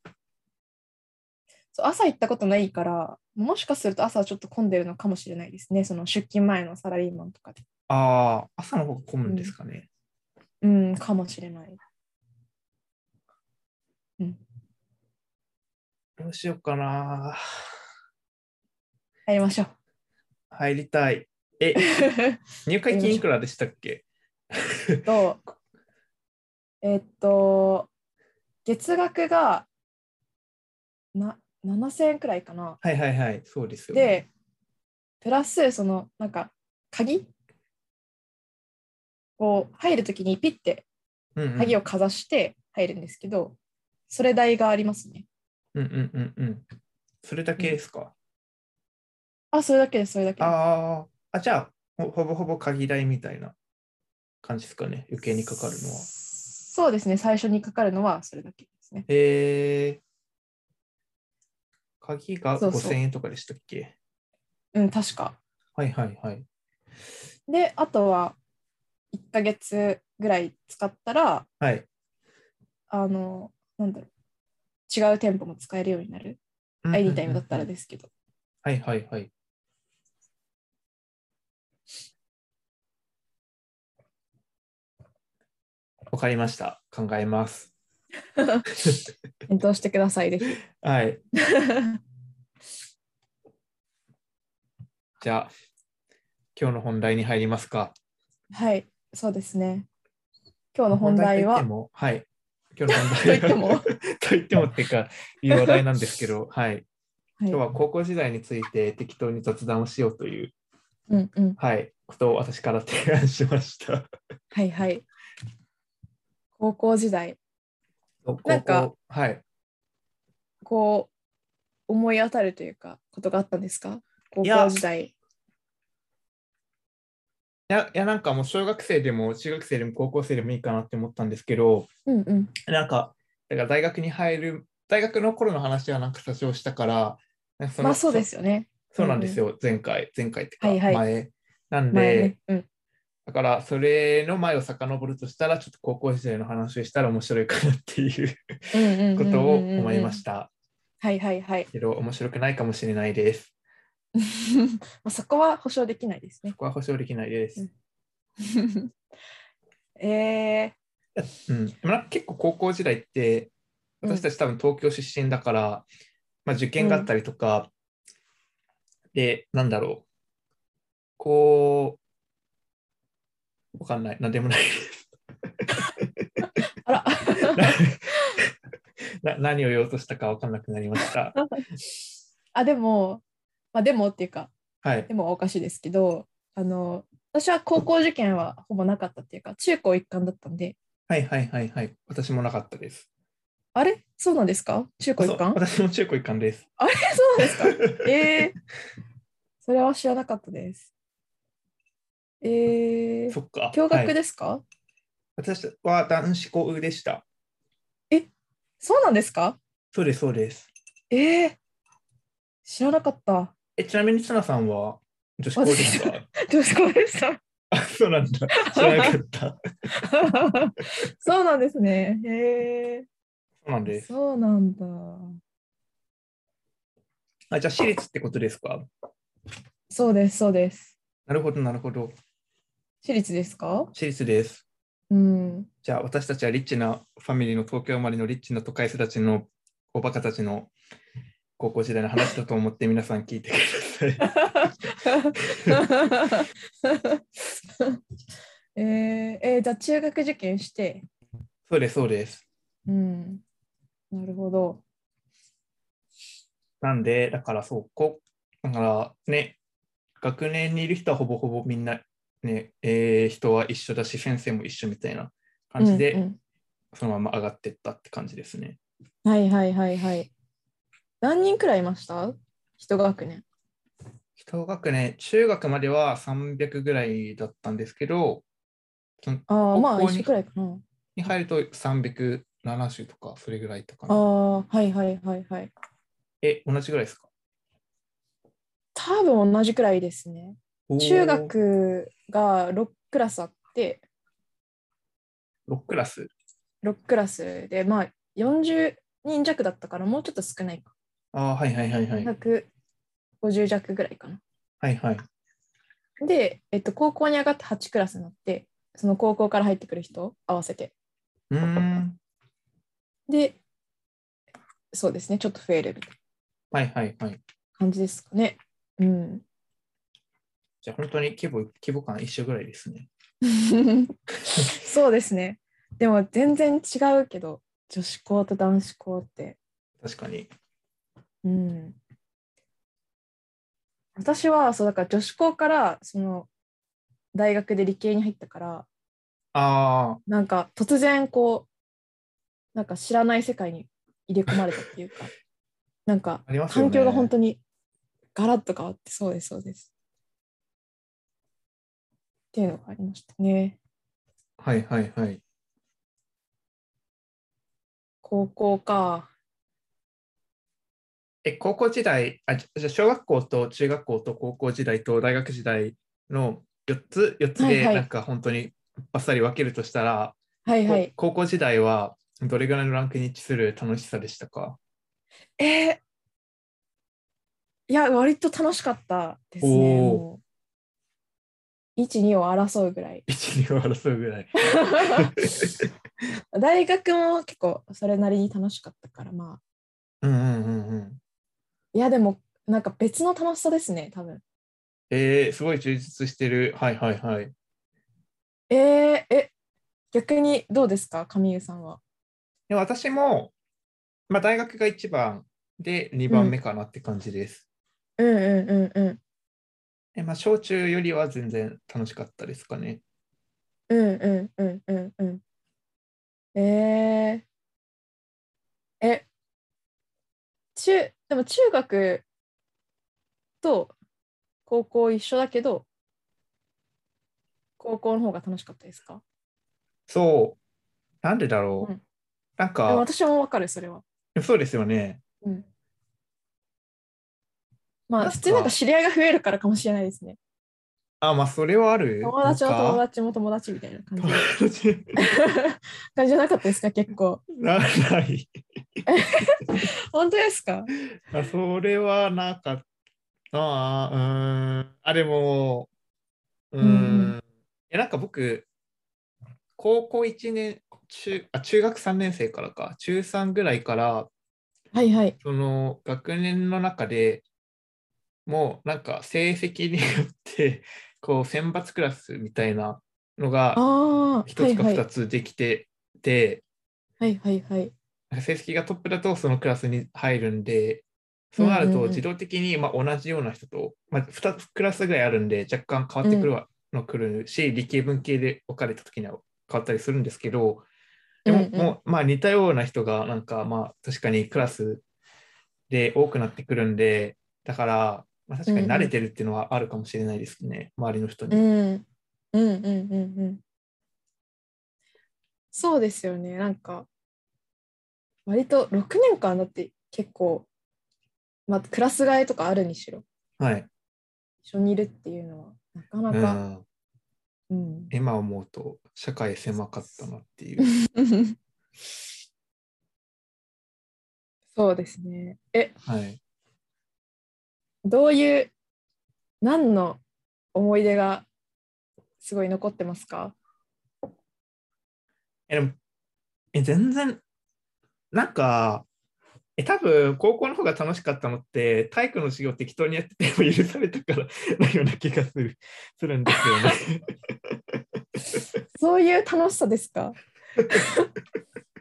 Speaker 1: そう朝行ったことないからもしかすると朝はちょっと混んでるのかもしれないですねその出勤前のサラリーマンとかで。
Speaker 2: ああ、朝の方が混むんですかね。
Speaker 1: うんかもしれない。
Speaker 2: どうしようかな。
Speaker 1: やりましょう。
Speaker 2: 入りたい。え、入会金いくらでしたっけ
Speaker 1: とえっと月額がな7000円くらいかな。
Speaker 2: はいはいはい、そうですよ、
Speaker 1: で、プラス、その、なんか、鍵こう、入るときにピッて
Speaker 2: うんうん、
Speaker 1: 鍵をかざして入るんですけど、それ代がありますね。
Speaker 2: うんうんうんうん。それだけですか、
Speaker 1: あ、それだけです、それだけです。
Speaker 2: ああ、あ、じゃあほ、ほぼほぼ鍵代みたいな感じですかね、余計にかかるのは。
Speaker 1: そうですね、最初にかかるのはそれだけですね。
Speaker 2: えー、鍵が
Speaker 1: そうそう
Speaker 2: 5000円とかでしたっけ
Speaker 1: うん、確か。
Speaker 2: はいはいはい。
Speaker 1: で、あとは、1ヶ月ぐらい使ったら、
Speaker 2: はい。
Speaker 1: あの、なんだろう、違う店舗も使えるようになる。エニタイムだったらですけど。
Speaker 2: はいはいはい。わかりました。考えます。
Speaker 1: 検討してください、ぜひ。
Speaker 2: はい。じゃあ、今日の本題に入りますか。
Speaker 1: はい、そうですね。今日の本題は
Speaker 2: と言ってもはい。今日の
Speaker 1: と
Speaker 2: 本
Speaker 1: 言っ
Speaker 2: 題
Speaker 1: て
Speaker 2: は
Speaker 1: も、
Speaker 2: と言ってもっていうか、いう話題なんですけど、は
Speaker 1: は
Speaker 2: い。
Speaker 1: い
Speaker 2: 今日は高校時代について適当に雑談をしようという、
Speaker 1: うんうん、
Speaker 2: はい、ことを私から提案し ました。
Speaker 1: はいはい高校時代
Speaker 2: 高
Speaker 1: なんか
Speaker 2: 校はい。
Speaker 1: こう思い当たるというかことがあったんですか高
Speaker 2: いや
Speaker 1: 校時代
Speaker 2: いや、いやなんかもう小学生でも中学生でも高校生でもいいかなって思ったんですけど、
Speaker 1: うんうん
Speaker 2: なんか、だから大学に入る、大学の頃の話はなんか多少したから、なんかその
Speaker 1: まあそうですよね
Speaker 2: そ。そうなんですよ、前回、前回ってか、
Speaker 1: はいはい
Speaker 2: 前。なんで、
Speaker 1: 前ね、うん、
Speaker 2: だからそれの前を遡るとしたら、ちょっと高校時代の話をしたら面白いかなっていう
Speaker 1: うんうんうんうんうん
Speaker 2: ことを思いました。
Speaker 1: はいはいはい。
Speaker 2: けど、面白くないかもしれないです。
Speaker 1: まあそこは保証できないですね
Speaker 2: そ。こは保証できないです。
Speaker 1: うんえ
Speaker 2: うん、でもなんか結構高校時代って
Speaker 1: うん
Speaker 2: 私たち多分東京出身だから、まあ、受験があったりとか、でなんだろうこうわかんないなんでもない
Speaker 1: ー、あら。
Speaker 2: な何を言おうとしたかわかんなくなりました
Speaker 1: あでも、まあ、でもっていうか
Speaker 2: はい
Speaker 1: でもはおかしいですけどあの私は高校受験はほぼなかったっていうか中高一貫だったんで
Speaker 2: はいはいはいはい私もなかったです
Speaker 1: あれそうなんですか中高
Speaker 2: そ
Speaker 1: 一
Speaker 2: う
Speaker 1: 貫
Speaker 2: 私も中高一貫です
Speaker 1: あれ そうなんですかえー、それは知らなかったです。えー、
Speaker 2: そっか
Speaker 1: 共
Speaker 2: は
Speaker 1: 学
Speaker 2: い
Speaker 1: ですか、
Speaker 2: 私は男子校でした
Speaker 1: そうなんですか
Speaker 2: そうですそうです
Speaker 1: えー、知らなかった。
Speaker 2: えちなみにツナさんは女子校ですか
Speaker 1: 女子校でした。
Speaker 2: あ、そうなんだ。知らなかった。
Speaker 1: そうなんですね。へ
Speaker 2: そうなん
Speaker 1: え。
Speaker 2: です。
Speaker 1: そうなんだ。
Speaker 2: あ、じゃあ私立ってことですか
Speaker 1: そうです、そうです。
Speaker 2: なるほど、なるほど。
Speaker 1: 私立ですか
Speaker 2: 私立です。
Speaker 1: うん。
Speaker 2: じゃあ私たちはリッチなファミリーの東京生まれのリッチな都会育ちのおバカたちの高校時代の話だと思って皆さん聞いてください。
Speaker 1: えー、えーじゃあ中学受験して。
Speaker 2: そうです、そうです。
Speaker 1: うん。なるほど。
Speaker 2: なんで、だからそう、こだからね、学年にいる人はほぼほぼみんな、ね、えー人は一緒だし、先生も一緒みたいな感じで、
Speaker 1: うん
Speaker 2: そのまま上がってったって感じですね。
Speaker 1: うんはいはいはいはい。何人くらいいました一学年。
Speaker 2: 一学年、中学までは300ぐらいだったんですけど、その
Speaker 1: ああ、まあ
Speaker 2: 高校に
Speaker 1: 一緒くらいかな。
Speaker 2: に入ると370とか、それぐらいとか
Speaker 1: あ
Speaker 2: な。
Speaker 1: あ、はいはいはいはい。
Speaker 2: え、同じぐらいですか
Speaker 1: 多分同じくらいですね。
Speaker 2: おー
Speaker 1: 中学が6クラスあって
Speaker 2: 6クラス。
Speaker 1: 6クラスでまあ40人弱だったからもうちょっと少ないか
Speaker 2: ああ、はいはいはいはい。
Speaker 1: 150弱ぐらいかな。
Speaker 2: はいはい。
Speaker 1: で、えっと、高校に上がって8クラスになってその高校から入ってくる人合わせて
Speaker 2: うーん。
Speaker 1: でそうですねちょっと増えるみたいな
Speaker 2: はいはいはい。
Speaker 1: 感じですかね。うん、
Speaker 2: じゃあ本当に規模規模感一緒ぐらいですね。
Speaker 1: そうですねでも全然違うけど女子校と男子校って
Speaker 2: 確かに。
Speaker 1: うん私はそうだから女子校からその大学で理系に入ったから
Speaker 2: ああ、
Speaker 1: なんか突然こうなんか知らない世界に入れ込まれたっていう かなんか
Speaker 2: ありますよ
Speaker 1: 環
Speaker 2: ね。
Speaker 1: 境が本当にガラッと変わってそうですそうです。っていうのがありましたね。
Speaker 2: はいはいはい。
Speaker 1: 高校か。
Speaker 2: え、高校時代、あ、じゃじゃあ小学校と中学校と高校時代と大学時代の4つ、4つ
Speaker 1: はいは
Speaker 2: で
Speaker 1: い
Speaker 2: なんか本当にバッサリ分けるとしたら、
Speaker 1: はいはい。
Speaker 2: こ高校時代はどれぐらいのランクに位置する楽しさでしたか
Speaker 1: えーいや、割と楽しかったですね。
Speaker 2: おー。
Speaker 1: もう1、2を争うぐらい
Speaker 2: 一二を争う ぐらい。
Speaker 1: 大学も結構それなりに楽しかったから、まあ。
Speaker 2: うんうんうんうん。
Speaker 1: いや、でも、なんか別の楽しさですね、多分。
Speaker 2: えー、すごい充実してる。はいはいはい。
Speaker 1: えー、え、逆にどうですか、上湯さんは。
Speaker 2: で私も、まあ、大学が1番で2番目かなって感じです。
Speaker 1: うんうんうんうん。
Speaker 2: えまあ、小中よりは全然楽しかったですかね。
Speaker 1: うんうんうんうんうん。えー、え、中、でも中学と高校一緒だけど、高校の方が楽しかったですか
Speaker 2: そう。なんでだろう。
Speaker 1: うん
Speaker 2: なん
Speaker 1: でも
Speaker 2: か、
Speaker 1: 私もわかる、それは。
Speaker 2: そうですよね。
Speaker 1: うん。ま
Speaker 2: なん
Speaker 1: あ、
Speaker 2: か
Speaker 1: 普通になんか知り合いが増えるからかもしれないですね。
Speaker 2: あ、まあ、それはある。
Speaker 1: 友達の
Speaker 2: のか
Speaker 1: 友達も友達みたいな感じ。
Speaker 2: 友達
Speaker 1: 感じじゃなかったですか、結構。
Speaker 2: なない。
Speaker 1: 本当ですか
Speaker 2: あそれはなかったな。うーん。あ、でも、うーん。
Speaker 1: うん
Speaker 2: え、なんか僕、高校1年、中あ中学3年生からか、中3ぐらいから、
Speaker 1: はいはい。
Speaker 2: その学年の中でもうなんか成績によって、 こう選抜クラスみたいなの
Speaker 1: あ
Speaker 2: が
Speaker 1: あ、は
Speaker 2: 1
Speaker 1: い
Speaker 2: つか
Speaker 1: はい
Speaker 2: 2。つできてて、
Speaker 1: はいはいはい。
Speaker 2: 成績がトップだとそのクラスに入るんで、そうなる
Speaker 1: うんうん
Speaker 2: と
Speaker 1: うん
Speaker 2: 自動的にまあ同じような人と、まあ、2クラスぐらいあるんで若干変わってくるわのくるし、理系文系で分かれた時には変わったりするんですけど、でも,、
Speaker 1: うんうん
Speaker 2: もうまあ似たような人がなんかまあ確かにクラスで多くなってくるんで、だから、まあ、確かに慣れてるっていうのはあるかもしれないですね、周りの人
Speaker 1: う
Speaker 2: に。
Speaker 1: ん、うんうんうんうんそうですよねなんか割と6年間だって結構まあクラス替えとかあるにしろ
Speaker 2: はい、
Speaker 1: 一緒にいるっていうのはなかな
Speaker 2: う
Speaker 1: か、
Speaker 2: ん
Speaker 1: うん、
Speaker 2: 今思うと社会狭かったなっていう。
Speaker 1: そうですねえ
Speaker 2: はい
Speaker 1: どういう何の思い出がすごい残ってますか
Speaker 2: え、でも、え、全然、なんか、え、多分、高校の方が楽しかったのって、体育の授業適当にやってても許されたからなような気がする、するんですよ ね。
Speaker 1: そういう楽しさです か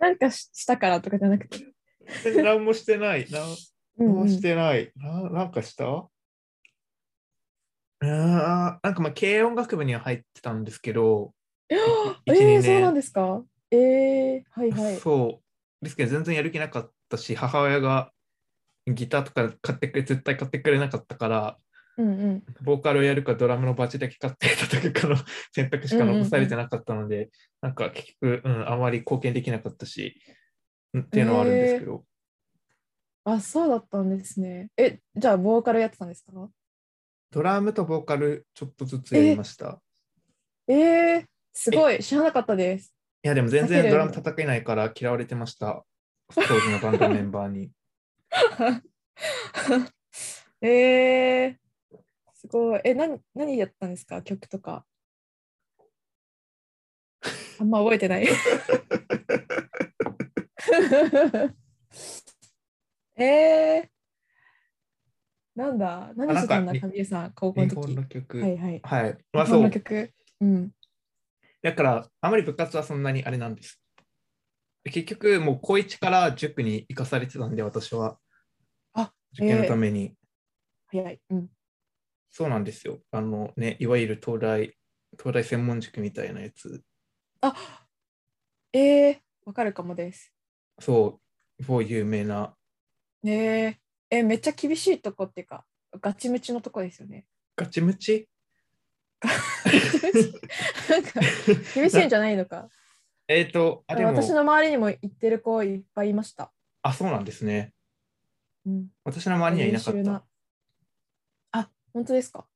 Speaker 1: なんかししたからとかじゃなくて。
Speaker 2: 全然何もしてない。何
Speaker 1: うんう
Speaker 2: も
Speaker 1: ん
Speaker 2: してない。ななんかしたあーなんかまあ、軽音楽部には入ってたんですけど、
Speaker 1: えー、そう
Speaker 2: 一二年
Speaker 1: なんですかえー、はいはい。
Speaker 2: そう。ですけど、全然やる気なかったし、母親がギターとか買ってくれ、絶対買ってくれなかったから、
Speaker 1: うんうん。
Speaker 2: ボーカルをやるかドラムのバチだけ買ってた時かの 選択しか残されてなかったので、なんか結局、うん、あまり貢献できなかったし、うんっていうのはあるんですけど、
Speaker 1: あ、そうだったんですね。え、じゃあ、ボーカルやってたんですか
Speaker 2: ドラムとボーカルちょっとずつやりました。
Speaker 1: えー、すごい。知らなかったです。
Speaker 2: いや、でも全
Speaker 1: だけ
Speaker 2: 然
Speaker 1: れ
Speaker 2: ド
Speaker 1: ど
Speaker 2: ラム叩けないから嫌われてました。当時のバンドメンバー に。
Speaker 1: えー、すごい。え、な何やったんですか曲とか。あんま覚えてない。 えー、なんだ何してたんだ、
Speaker 2: なんか
Speaker 1: 神江さん、高校の
Speaker 2: 日
Speaker 1: 時
Speaker 2: 本。の曲。
Speaker 1: はいはい。
Speaker 2: はい。まあ
Speaker 1: 日本
Speaker 2: そ
Speaker 1: の
Speaker 2: う。
Speaker 1: 曲。うん。
Speaker 2: だから、あまり部活はそんなにあれなんです。結局、もう高1から塾に行かされてたんで、私は。
Speaker 1: あ
Speaker 2: 受験のために。
Speaker 1: 早い。うん。
Speaker 2: そうなんですよ。あのね、いわゆる東大、東大専門塾みたいなやつ。
Speaker 1: あえー、わかるかもです。
Speaker 2: そう、某有名な、
Speaker 1: えー、えめっちゃ厳しいとこっていうか、ガチムチのとこですよね。
Speaker 2: ガチムチ
Speaker 1: なんか、厳しいんじゃないのか。
Speaker 2: えっと、 あ、でも
Speaker 1: 私、の周りにも行ってる子いっぱいいました。
Speaker 2: あ、そうなんですね。
Speaker 1: うん、
Speaker 2: 私の周りにはいなかっ
Speaker 1: 優秀な
Speaker 2: た。
Speaker 1: あ、本当ですか。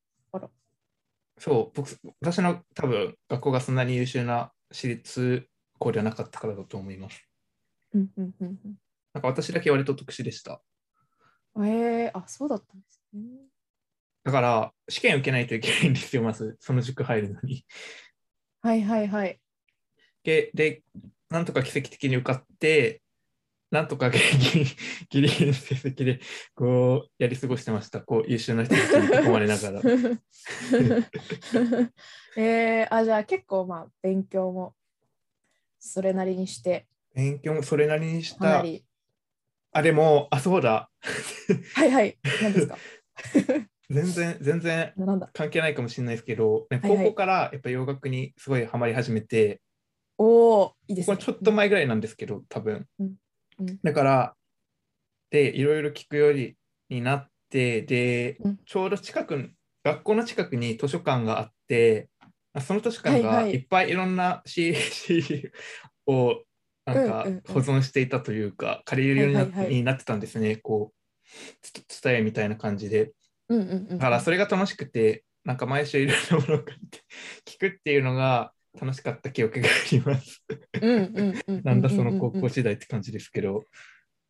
Speaker 2: そう、僕、私の多分、学校がそんなに優秀な私立校ではなかったからだと思います。
Speaker 1: うんうんうんうん
Speaker 2: なんか私だけ割と特殊でした。
Speaker 1: あえー、あ、そうだったんですね。
Speaker 2: だから、試験受けないといけないんですよ、まず、その塾入るのに。
Speaker 1: はいはいはい。
Speaker 2: で、で、なんとか奇跡的に受かって、なんとかギリギリギリギリの成績で、こう、やり過ごしてました。こう、優秀な人たちに囲まれなが ら。
Speaker 1: えー、あ、じゃあ結構まあ勉強もそれなりにして、
Speaker 2: 勉強もそれなりにし
Speaker 1: かな
Speaker 2: た。
Speaker 1: り。
Speaker 2: あ、でも、あ、そうだ。
Speaker 1: はいはい、何ですか
Speaker 2: 全然、全然
Speaker 1: なんだ
Speaker 2: 関係ないかもしれないですけど、ね
Speaker 1: はい
Speaker 2: 高
Speaker 1: はい
Speaker 2: 校からやっぱ洋楽にすごいハマり始めて、
Speaker 1: おお、いいです
Speaker 2: こ
Speaker 1: ね
Speaker 2: れ。ちょっと前ぐらいなんですけど、多分。
Speaker 1: うんうん
Speaker 2: だから、で、いろいろ聞くようになって、で
Speaker 1: うん、
Speaker 2: ちょうど近く、学校の近くに図書館があって、あその図書館
Speaker 1: はい
Speaker 2: が
Speaker 1: はい
Speaker 2: いっぱいいろんな CD, CD をなんか
Speaker 1: うんうんうん
Speaker 2: 保存していたというか、借りれるよう
Speaker 1: はいは
Speaker 2: に
Speaker 1: い
Speaker 2: な
Speaker 1: はい
Speaker 2: になってたんですね、こう、つ伝えみたいな感じで。
Speaker 1: うんうんうん。
Speaker 2: だからそれが楽しくて、なんか毎週いろんなものを借りて、 聞くっていうのが楽しかった記憶があります。
Speaker 1: うんうんうん。
Speaker 2: なんだその高
Speaker 1: うんうん
Speaker 2: 校
Speaker 1: うん
Speaker 2: 時代って感じですけど。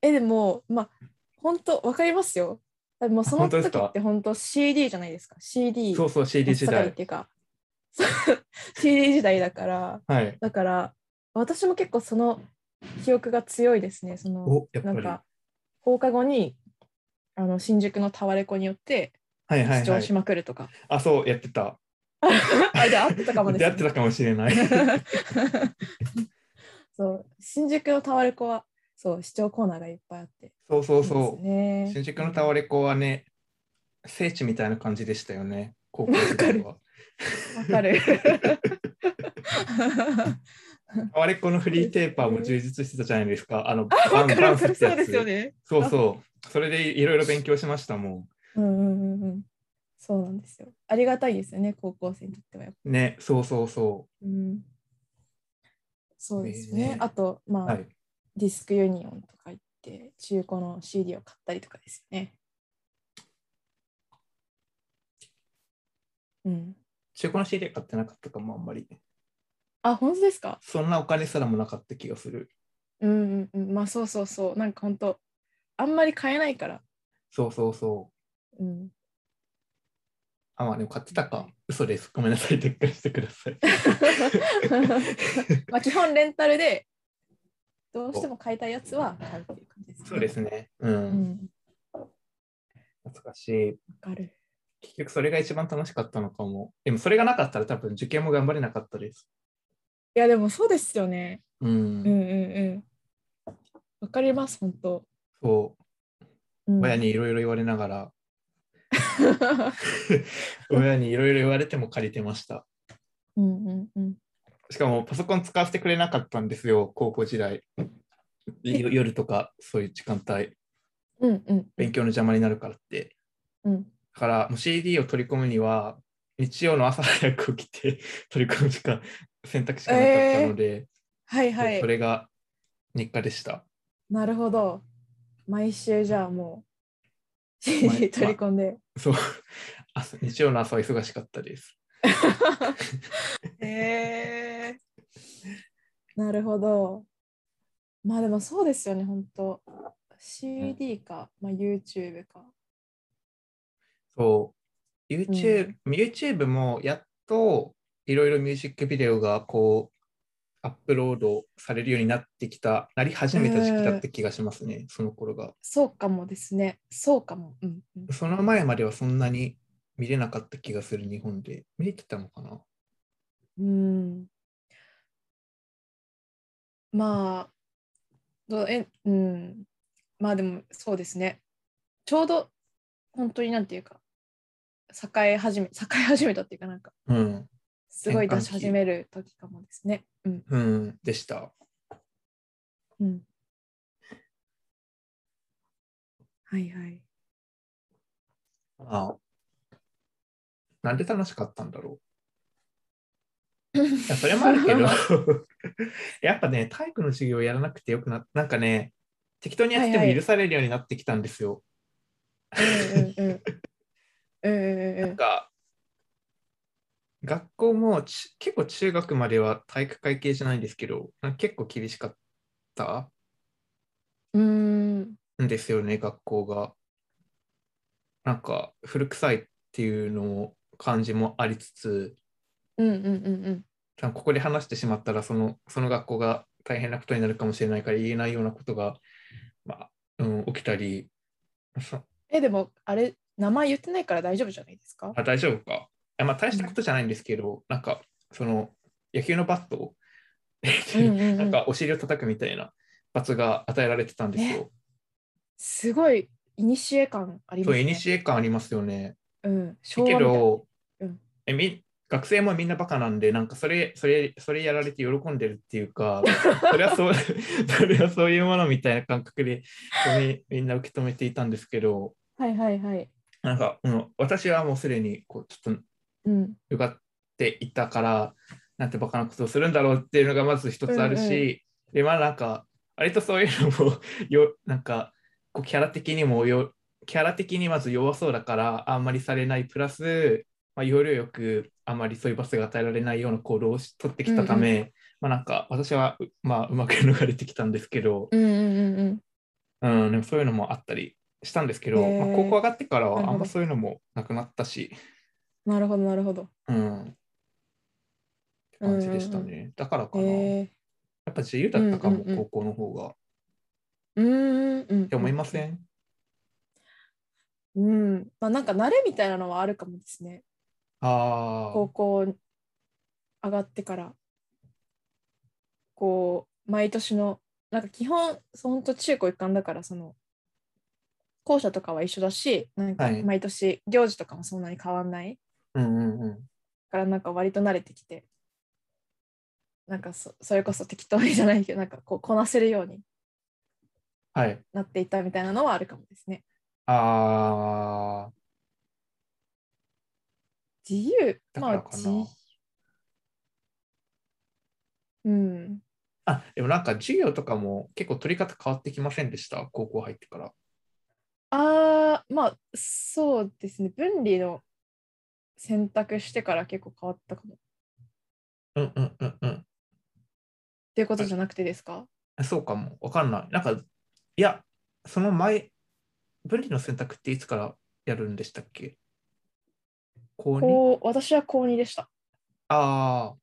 Speaker 1: え、でも、まあ、本当わかりますよ。でもその
Speaker 2: 本当で
Speaker 1: 時
Speaker 2: すか
Speaker 1: って本当 CD じゃないですか。CD
Speaker 2: そうそう、CD 時
Speaker 1: 真っ盛りっていう
Speaker 2: 代。
Speaker 1: か、 そう CD 時代だから、
Speaker 2: はい。
Speaker 1: だから私も結構その記憶が強いですね。その
Speaker 2: お、やっぱ
Speaker 1: なん
Speaker 2: り。
Speaker 1: か放課後にあの新宿のタワレコによって
Speaker 2: はいはい
Speaker 1: 視
Speaker 2: は
Speaker 1: 聴
Speaker 2: い
Speaker 1: し。まくるとか。
Speaker 2: あ、そう、やってた。
Speaker 1: あ、じゃあ合ってたかもです、
Speaker 2: やってたかもしれな い。
Speaker 1: そう新宿のタワレコはそう視聴コーナーがいっぱいあって
Speaker 2: そうそう
Speaker 1: いいです
Speaker 2: そう。
Speaker 1: ね
Speaker 2: 新宿のタワレコはね、聖地みたいな感じでしたよね、高校時代は。
Speaker 1: わか る
Speaker 2: タワレコのフリーペーパーも充実してたじゃないですか。あの、
Speaker 1: あわかる
Speaker 2: バ
Speaker 1: わ
Speaker 2: ン
Speaker 1: か
Speaker 2: スっ
Speaker 1: る
Speaker 2: て
Speaker 1: そ
Speaker 2: や
Speaker 1: う
Speaker 2: つ
Speaker 1: ですよね
Speaker 2: そうそう。それでいろいろ勉強しましたも
Speaker 1: うんうんうんうんそうなんですよありがたいですよね高校生にとってはやっぱ
Speaker 2: ん。ね、そうそうそ
Speaker 1: うんそうですね
Speaker 2: いいね
Speaker 1: あとまあ
Speaker 2: う。、はい。
Speaker 1: ディスクユニオンとか行って中古の CD を買ったりとかですよねうん
Speaker 2: 中古の CD 買ってなかったかも、あんまり。
Speaker 1: あ本当ですか
Speaker 2: そんなお金すらもなかった気がする。
Speaker 1: うんうんうん、まあそうそうそう、なんか本当、あんまり買えないから。
Speaker 2: そうそうそ
Speaker 1: う
Speaker 2: う。
Speaker 1: ん、
Speaker 2: あ、まあでも買ってたか。嘘です。ごめんなさい。撤回してください。
Speaker 1: まあ基本レンタルで、どうしても買いたいやつは買うっていう感じです、
Speaker 2: そうです
Speaker 1: ね。
Speaker 2: ね。う。
Speaker 1: うんん、
Speaker 2: 懐かしい。
Speaker 1: わかる。
Speaker 2: 結局それが一番楽しかったのかも。でもそれがなかったら多分受験も頑張れなかったです。
Speaker 1: いや、でもそうですよね。う
Speaker 2: う。
Speaker 1: んんうんうん。わかります、本当。
Speaker 2: そうう。
Speaker 1: ん、
Speaker 2: 親にいろいろ言われながら、
Speaker 1: う
Speaker 2: 親にいろいろ言われても借りてました。
Speaker 1: ん うんうん。
Speaker 2: しかもパソコン使わせてくれなかったんですよ、高校時代。よ夜とかそういう時間帯、
Speaker 1: うんうん
Speaker 2: 勉強の邪魔になるからって。
Speaker 1: うん。
Speaker 2: だからもう CD を取り込むには、日曜の朝早く起きて 取り込むしか選択肢がなかったので、
Speaker 1: はいは
Speaker 2: そ
Speaker 1: い。
Speaker 2: れが日課でした。
Speaker 1: なるほど。毎週じゃあもう
Speaker 2: ま
Speaker 1: CD 取り込んで。
Speaker 2: そう。朝日曜の朝は忙しかったです。
Speaker 1: へえなるほど。まあでもそうですよね、本当 CD か、まあ、YouTube か。
Speaker 2: そう。YouTube,、YouTube もやっといろいろミュージックビデオがこう、アップロードされるようになってきた、なり始めた時期だった気がしますね、その頃が。
Speaker 1: そうかもですね。そうかも。うんうん、
Speaker 2: その前まではそんなに見れなかった気がする、日本で。見れてたのかな
Speaker 1: うん、まあどうえ、うん、まあでもそうですねちょうど本当になんていうか栄え始め栄え始めたっていうかなんか
Speaker 2: うん。
Speaker 1: すごい出
Speaker 2: 転換
Speaker 1: し
Speaker 2: 期
Speaker 1: 始める時かもですね。うん
Speaker 2: うん、でした。
Speaker 1: うん、はいはい。
Speaker 2: ああなんで楽しかったんだろういやそれもある けどやっぱね体育の授業やらなくてよくななんかね適当にやって
Speaker 1: はいは
Speaker 2: も
Speaker 1: い
Speaker 2: 許されるようになってきたんですよ。
Speaker 1: うんうんうんうんうんうん
Speaker 2: なんか学校もち結構中学までは体育会系じゃないんですけどなんか結構厳しかった
Speaker 1: うん。うーん。
Speaker 2: んですよね学校が。なんか古臭いっていうのも感じもありつつ
Speaker 1: うんうんうんうん。
Speaker 2: 多分ここで話してしまったらそのその学校が大変なことになるかもしれないから言えないようなことが、まあうん、起きたりそ
Speaker 1: え、でも、あれ、名前言ってないから大丈夫じゃないですか
Speaker 2: あ大丈夫か、あまあ、大したことじゃないんですけど、なんかその野球のバット
Speaker 1: うんうんう
Speaker 2: なんかお尻を叩くみたいな罰が与えられてたんですよ。
Speaker 1: すごい、いにしえ感ありま
Speaker 2: そう、
Speaker 1: す
Speaker 2: いに
Speaker 1: ね。
Speaker 2: しえ感ありますよね。
Speaker 1: うん、
Speaker 2: だ
Speaker 1: 昭和
Speaker 2: け
Speaker 1: みたい
Speaker 2: ど、
Speaker 1: うん
Speaker 2: えみ学生もみんなバカなんで、なんかそれ、それ、それやられて喜んでるってい うか、それはそう、それはそういうものみたいな感覚で、みみんな受け止めていたんですけど、
Speaker 1: はいはいはい。
Speaker 2: なんか、うん、私はもうすでに、こう、ちょっと、
Speaker 1: うん。
Speaker 2: うがっていたからなんてバカなことをするんだろうっていうのがまず一つあるし、
Speaker 1: うん
Speaker 2: でまあなんか割とそういうのも よなんかこうキャラ的にもよキャラ的にまず弱そうだからあんまりされないプラス、まあ、要領よくあんまりそういう罰が与えられないような行動をし取ってきたため、まあなんか私はうまあうまく逃れてきたんですけど、
Speaker 1: うんうんうんうん。
Speaker 2: うん、でもそういうのもあったりしたんですけど、
Speaker 1: へー
Speaker 2: まあ、高校上がってから
Speaker 1: なるほ
Speaker 2: はあ
Speaker 1: ど
Speaker 2: んまそういうのもなくなったし。
Speaker 1: なるほどなるほど。
Speaker 2: うん。って感じでしたね。
Speaker 1: うん
Speaker 2: だからか
Speaker 1: へ
Speaker 2: な。や
Speaker 1: え
Speaker 2: っぱ自由だったか
Speaker 1: う
Speaker 2: も、
Speaker 1: んうんうん
Speaker 2: 高校の方が。っ
Speaker 1: うーんうん。って
Speaker 2: 思いませ
Speaker 1: ん。
Speaker 2: ん
Speaker 1: うん。まあなんか慣れみたいなのはあるかもですね。
Speaker 2: あ
Speaker 1: 高校上がってから。こう、毎年の、なんか基本、そうほんと中高一貫だから、その、校舎とかは一緒だし、なんか
Speaker 2: はい
Speaker 1: 毎年行事とかもそんなに変わんない。
Speaker 2: あ。うんうんうん。
Speaker 1: からなんか割と慣れてきてなんかそそれこそ適当にじゃないけどなんかこうこなせるように
Speaker 2: はい。
Speaker 1: なっていったみたいなのはあるかもですね。
Speaker 2: ああ。
Speaker 1: 自由
Speaker 2: だからかな
Speaker 1: まあ自由うん
Speaker 2: あ、でもなんか授業とかも結構取り方変わってきませんでした。高校入ってから。
Speaker 1: あーまあそうですね分離の選択してから結構変わったかもっ
Speaker 2: うんうんうんうん
Speaker 1: ていうことじゃなくてですか
Speaker 2: あ。そうかも。わかんない。なんか、いや、その前、分離の選択っていつからやるんでしたっけ高 2?
Speaker 1: こう私は高2でした。
Speaker 2: ああ。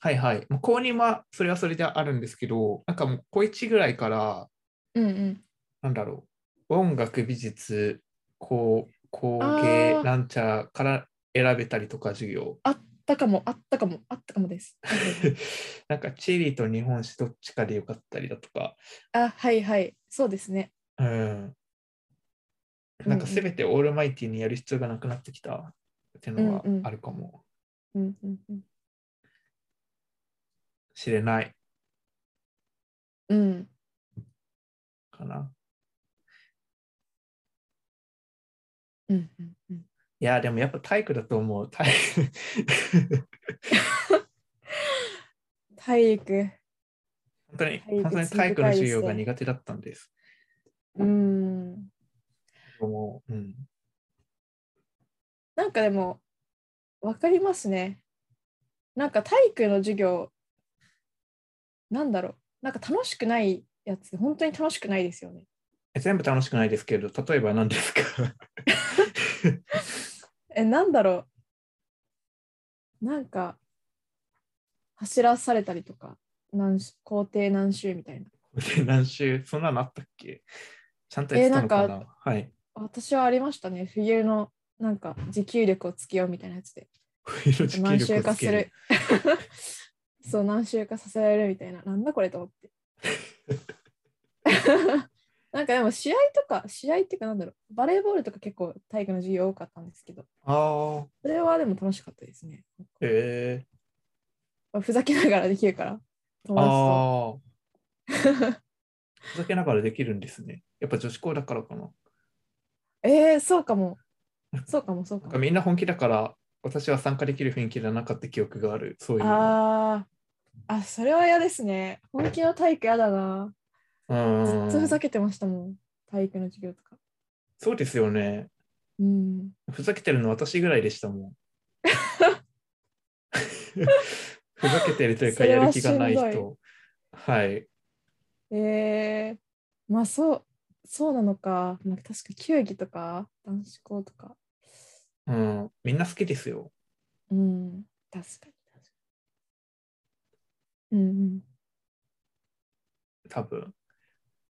Speaker 2: はいはい。もう高2はそれはそれであるんですけど、なんかもう高1ぐらいから、
Speaker 1: うんうん、
Speaker 2: なんだろう、音楽、美術、工工
Speaker 1: あ
Speaker 2: 芸、
Speaker 1: ー
Speaker 2: なんちゃらから選べたりとか授業。
Speaker 1: あったかもあったかもあったかもです。
Speaker 2: なんか地理と日本史どっちかでよかったりだとか、
Speaker 1: あはいはいそうですね。
Speaker 2: うん。なんかすべてオールマイティにやる必要がなくなってきたっていうのは
Speaker 1: うんうん
Speaker 2: あるかも
Speaker 1: うんうんうん
Speaker 2: しれない
Speaker 1: うん、
Speaker 2: かな。
Speaker 1: うんうんうん、
Speaker 2: いや、でもやっぱ体育だと思う。体育
Speaker 1: 体育
Speaker 2: 本当に
Speaker 1: 体育
Speaker 2: 本当に体育の授業が苦手だったんです。
Speaker 1: うん
Speaker 2: もううん、
Speaker 1: なんかでも分かりますねなんか体育の授業なんだろうなんか楽しくないやつ本当に楽しくないですよね
Speaker 2: え全部楽しくないですけど、例えば何ですか
Speaker 1: えなんだろうなんか走らされたりとか何し校庭何周みたいな
Speaker 2: 何週そんなのあったっけちゃんとやってたのか
Speaker 1: え
Speaker 2: な,、
Speaker 1: なん
Speaker 2: はい。
Speaker 1: 私はありましたね冬のなんか持久力をつけようみたいなやつで
Speaker 2: 冬の持久
Speaker 1: 何周
Speaker 2: 力を
Speaker 1: か
Speaker 2: つ
Speaker 1: す
Speaker 2: け
Speaker 1: る
Speaker 2: る。
Speaker 1: そう何周かさせられるみたいななんだこれと思って なんかでも試合とか試合っていうかなんだろうバレーボールとか結構体育の授業多かったんですけど
Speaker 2: ああ、
Speaker 1: それはでも楽しかったですね、
Speaker 2: え
Speaker 1: まあふざけながらできるから
Speaker 2: ー、
Speaker 1: 友
Speaker 2: ああ、
Speaker 1: 達と
Speaker 2: ふざけながらできるんですね。やっぱ女子校だからかな。
Speaker 1: えー、そうか もそうかもそうか
Speaker 2: な
Speaker 1: も
Speaker 2: んかみんな本気だから、私は参加できる雰囲気じゃなかった記憶がある。そういうの。
Speaker 1: あーあそれは嫌ですね本気の体育嫌だなずっと
Speaker 2: う
Speaker 1: ふ
Speaker 2: ん
Speaker 1: ざけてましたもん体育の授業とか
Speaker 2: そうですよね。
Speaker 1: うん
Speaker 2: ふざけてるの私ぐらいでし たもん。ふざけてるというか、
Speaker 1: それ
Speaker 2: や
Speaker 1: は
Speaker 2: る気がない
Speaker 1: しんど
Speaker 2: 人。はい。
Speaker 1: ええまあそう、そうなのか。まあ、確か球技とか男子校とか。
Speaker 2: うん。みんな好きですよ。
Speaker 1: うん、確かに確かに。うん
Speaker 2: 多分。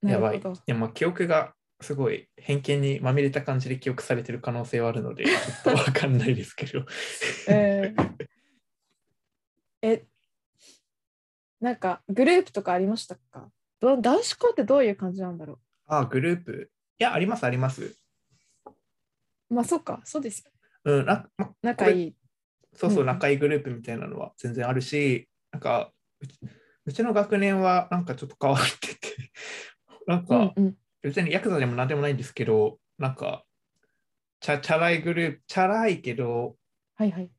Speaker 1: うん、な
Speaker 2: やば
Speaker 1: る
Speaker 2: い。
Speaker 1: ほど。
Speaker 2: でも、まあ記憶がすごい偏見にまみれた感じで記憶されてる可能性はあるので、ちょっとわ かんないですけど。
Speaker 1: えーえ、なんかグループとかありましたかど男子校ってどういう感じなんだろ
Speaker 2: あ、グループ。いや、あります、あります。
Speaker 1: うまあそうかそうですよ
Speaker 2: うん、なま
Speaker 1: 仲いい
Speaker 2: そうそうう、
Speaker 1: ん
Speaker 2: 仲いいグループみたいなのは全然あるし、なんか、うちうちの学年はなんかちょっと変わってて、なん
Speaker 1: う
Speaker 2: か
Speaker 1: ん、うん
Speaker 2: 別にヤクザでもなんでもないんですけど、なんか、チャチャラいグループ、チャラいけど、
Speaker 1: はいはい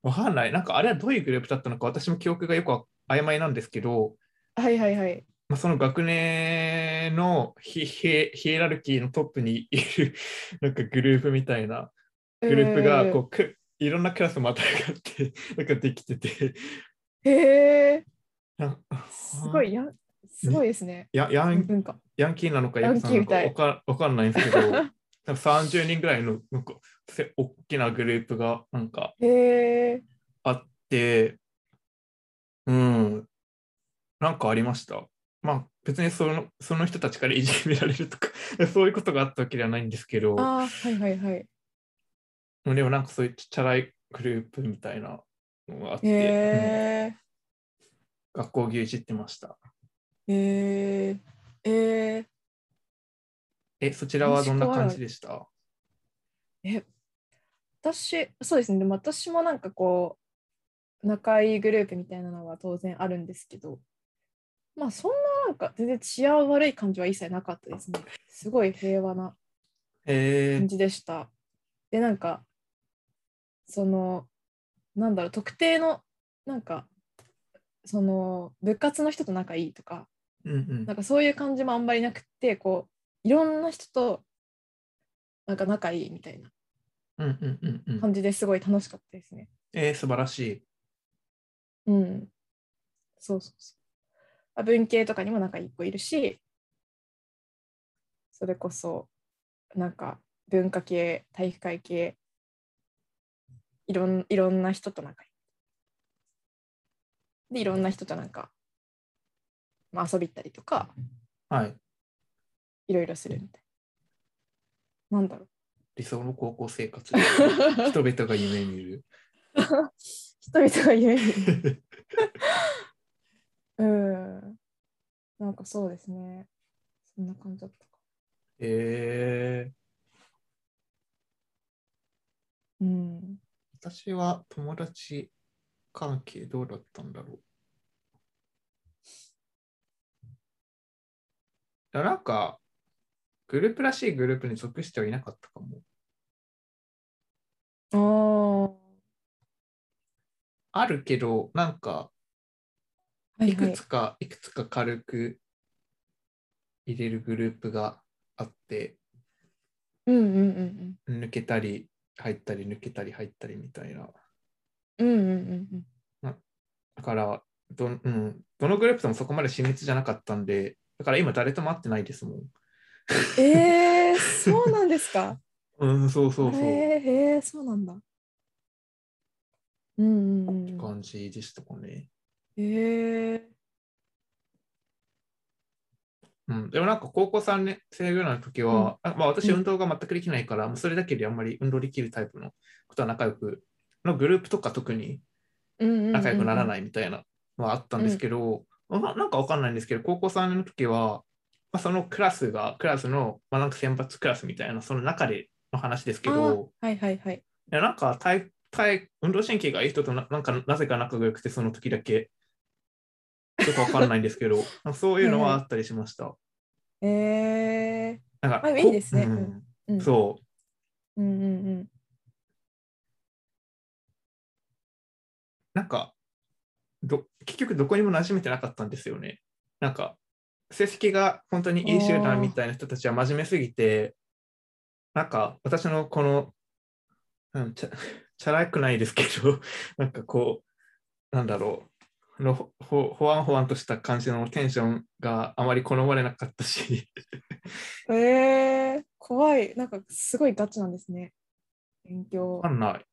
Speaker 2: わかんない。なんかあれはどういうグループだったのか、私も記憶がよくわ曖昧なんですけど、
Speaker 1: はいはいはい
Speaker 2: まあ、その学年のヒヒエヒエラルキーのトップにいる なんかグループみたいなグループがこうくいろんなクラスまたがって なんかできてて
Speaker 1: うんへえ
Speaker 2: なんか
Speaker 1: すごいやすごいですね
Speaker 2: やヤン
Speaker 1: 文化
Speaker 2: ヤンキーなのかヤクザなのか
Speaker 1: ヤンキー
Speaker 2: わ
Speaker 1: み
Speaker 2: かわかんないんですけ どなんか30人ぐらいのなんかせ大きなグループがなんか
Speaker 1: へえ
Speaker 2: あってうんなんかありました。まあ別にそのその人たちからいじめられるとか そういうことがあったわけではないんですけど。
Speaker 1: ああはいはいはい
Speaker 2: うんでもなんかそういうチャラいグループみたいなのがあって、
Speaker 1: へえ
Speaker 2: うん学校牛耳ってました。
Speaker 1: へええー
Speaker 2: え、そちらはどんな感じでした
Speaker 1: 私そうですねでも私もなんかこう仲いいグループみたいなのは当然あるんですけどまあそんななんか全然治安悪い感じは一切なかったですねすごい平和な
Speaker 2: え
Speaker 1: 感
Speaker 2: ー、
Speaker 1: じでしたでなんかそのなんだろう特定のなんかその部活の人と仲いいとか
Speaker 2: うんうん
Speaker 1: なんかそういう感じもあんまりなくってこういろんな人となんか仲いいみたいな
Speaker 2: うんうんうんうん。
Speaker 1: 感じですごい楽しかったですね
Speaker 2: えー、素晴らしい。
Speaker 1: うん。そうそうそうあ。文系とかにもなんか一個いるし、それこそ、なんか文化系、体育会系、いろんいろんな人と仲いい。で、いろんな人となんか、まあ、遊び行ったりとか、
Speaker 2: はい。
Speaker 1: いろいろするみたいな。なんだろう。
Speaker 2: 理想の高校生活。人々が夢見る。
Speaker 1: 人々が言える。うん。なんかそうですね。そんな感じだったか。
Speaker 2: えー、
Speaker 1: うん。
Speaker 2: 私は友達関係どうだったんだろう。いやなんか、グループらしいグループに属してはいなかったかも。
Speaker 1: ああ、は
Speaker 2: あるけど、なんか、
Speaker 1: い
Speaker 2: い
Speaker 1: は
Speaker 2: く
Speaker 1: い
Speaker 2: つ。か、いくつか軽く入れるグループがあって、
Speaker 1: うんうんうん
Speaker 2: 抜けたり、入ったり、抜けたり、入ったりみたいな。
Speaker 1: うん。うんうんうんうん。
Speaker 2: だから、ど,、うん、どのグループともそこまで親密じゃなかったんで、だから今誰とも会ってないですもん。
Speaker 1: ええそうなんですか。
Speaker 2: うん、そうそうそう。
Speaker 1: へえへえそうなんだ。うんうんうんうん。
Speaker 2: 感じでしたかね。
Speaker 1: ええ
Speaker 2: うん、でもなんか高校3年生ぐらいの時は、あまあ、私運動が全くできないから、もうそれだけであんまり運動できるタイプのことは仲良く、のグループとか特に
Speaker 1: うんうんうんうん。
Speaker 2: 仲良くなら
Speaker 1: い。
Speaker 2: ないみたいなのはあったんですけど、まあなんかわかんないんですけど、高校3年の時は、まあ、そのクラスが、クラスの、まあ、なんか選抜クラスみたいな、その中での話ですけど、
Speaker 1: はいはいはい。
Speaker 2: いやなんか体体運動神経がいい人とななんかなぜか仲が良くてその時だけちょっとわかんないんです けどなんかそういうのはあったりしました。
Speaker 1: ええ
Speaker 2: なんか
Speaker 1: あいい
Speaker 2: こ
Speaker 1: ですね
Speaker 2: うん
Speaker 1: うんうん。
Speaker 2: そう
Speaker 1: う。うんうんうん。
Speaker 2: なんかど結局どこにも馴染めてなかったんですよね。なんか成績が本当にいい集団みたいな人たちは真面目すぎてなんか私のこの、うん、ちゃ チャラくないですけど なんかこうなんだろうのほほほわんほわんとした感じのテンションがあまり好まれなかったし
Speaker 1: ええ怖い。なんかすごいガチなんですね。勉強
Speaker 2: わ。かんない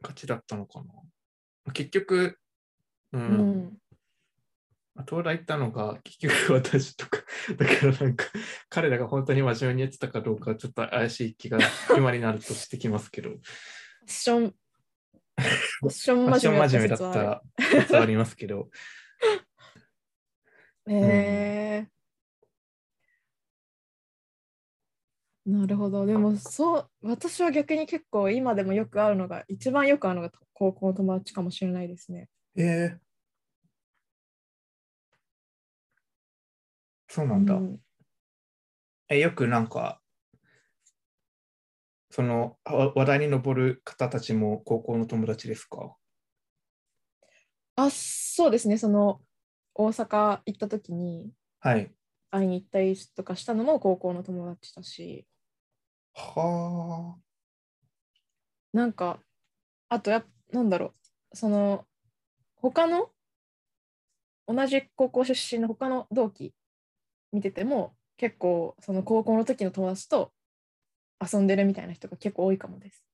Speaker 2: 勝ちだったのかな結局、
Speaker 1: う
Speaker 2: うん、東大行ったのが結局私とか、 だからなんか彼らが本当に真面目にやってたかどうかちょっと怪しい気が今になるとしてきますけど、
Speaker 1: ファッションファッション
Speaker 2: ファッシ
Speaker 1: 真
Speaker 2: ョン
Speaker 1: 面
Speaker 2: 真
Speaker 1: 目
Speaker 2: 面
Speaker 1: だ
Speaker 2: 目だ
Speaker 1: っ
Speaker 2: った
Speaker 1: 説はある
Speaker 2: た説はありますけど、
Speaker 1: へえ、なるほどでもそう私は逆に結構今でもよく会うのが一番よく会うのが高校の友達かもしれないですね
Speaker 2: えーそうなんだ。
Speaker 1: うん
Speaker 2: えよくなんかそのわ話題に上る方たちも高校の友達ですか
Speaker 1: あそうですねその大阪行った時に
Speaker 2: はい。
Speaker 1: 会いに行ったりとかしたのも高校の友達だし
Speaker 2: は
Speaker 1: なんかあとやっなんだろうその他の同じ高校出身の他の同期見てても結構その高校の時の友達と遊んでるみたいな人が結構多いかもです。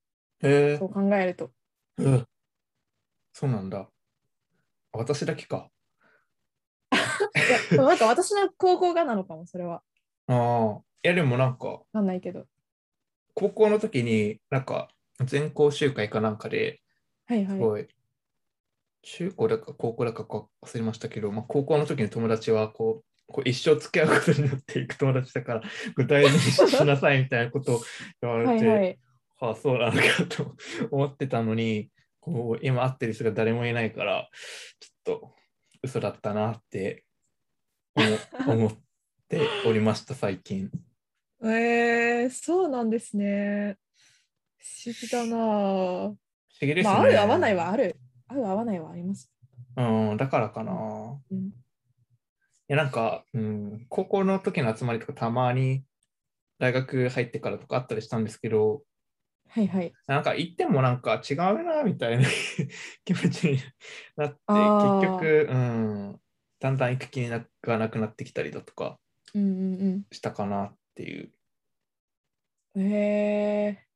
Speaker 2: あ。へえ
Speaker 1: そう考えると。
Speaker 2: うんそうなんだ。私だけか。
Speaker 1: いやなんか私の高校がなのかもそれは。
Speaker 2: ああ。いやでもなんか
Speaker 1: わかんないけど。
Speaker 2: 高校の時になんか全校集会かなんかで
Speaker 1: はいは
Speaker 2: す
Speaker 1: い。
Speaker 2: ごい、中高だか高校だかか忘れましたけど、まあ、高校の時の友達はこうこう一生付き合うことになっていく友達だから具体的にしなさいみたいなことを言われ
Speaker 1: は
Speaker 2: て。
Speaker 1: いはい。
Speaker 2: ああそうなのかと思ってたのにこう今会ってる人が誰もいないからちょっと嘘だったなって 思思っておりました最近
Speaker 1: えー、そうなんですね。不思議だなぁ
Speaker 2: 不思議ですね、
Speaker 1: まあ、合う合わないはある。合う合わないはあります。
Speaker 2: うんだからかない
Speaker 1: うん、
Speaker 2: やなんか、うん、高校の時の集まりとかたまに大学入ってからとかあったりしたんですけど
Speaker 1: はいはい。
Speaker 2: なんか行ってもなんか違うなみたいな 気持ちになって
Speaker 1: あー
Speaker 2: 結局、うん、だんだん行く気がなくなってきたりだとか
Speaker 1: うんうんうん。
Speaker 2: したかなっていう
Speaker 1: へえ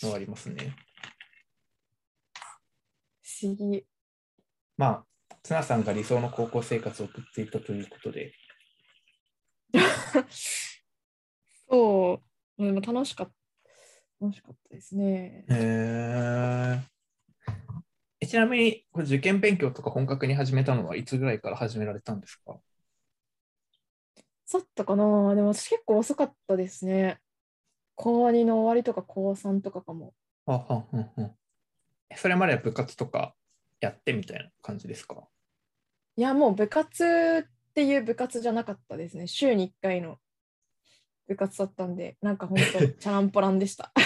Speaker 2: のはありますね。
Speaker 1: 不思議。
Speaker 2: まあ、綱さんが理想の高校生活を送っていたということで、
Speaker 1: そう、でも楽しかった。楽しかったですね。
Speaker 2: えちなみにこれ受験勉強とか本格に始めたのはいつぐらいから始められたんですか
Speaker 1: さったかなでも私結構遅かったですね。高2の終わりとか高3とかかも。
Speaker 2: あはんはんはんそれまでは部活とかやってみたいな感じですか
Speaker 1: いや、もう部活っていう部活じゃなかったですね。週に1回の部活だったんで、なんか本当、チャランポランでした。
Speaker 2: あ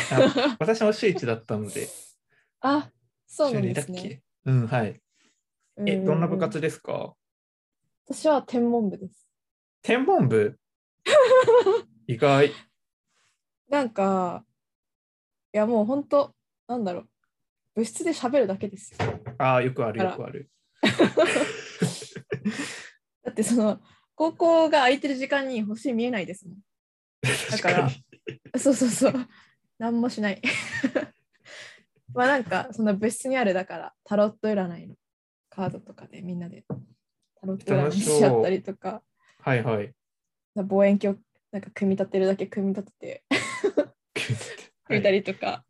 Speaker 2: 私も週1だったので、
Speaker 1: あ、そう
Speaker 2: 週
Speaker 1: なん
Speaker 2: 2
Speaker 1: で
Speaker 2: だっ
Speaker 1: すね。
Speaker 2: けうん、はい。え、
Speaker 1: ううう
Speaker 2: どんな部活ですか
Speaker 1: 私は天文部です。
Speaker 2: 天 文部意外。
Speaker 1: なんか、いやもう本当、なんだろう、部室で喋るだけですよ。
Speaker 2: ああ、よくある、
Speaker 1: あら
Speaker 2: よくある。
Speaker 1: だってその、高校が空いてる時間に星見えないですも ん。だから
Speaker 2: 確
Speaker 1: そうそうそう。何もしない。 まあなんか、その部室にあるだから、タロット占いのカードとかでみんなでタロット占いし合ったりとか、
Speaker 2: かにはいはい。
Speaker 1: 望遠鏡なんか組み立てるだけ組み立てて、
Speaker 2: は
Speaker 1: 見た
Speaker 2: い、
Speaker 1: りとか、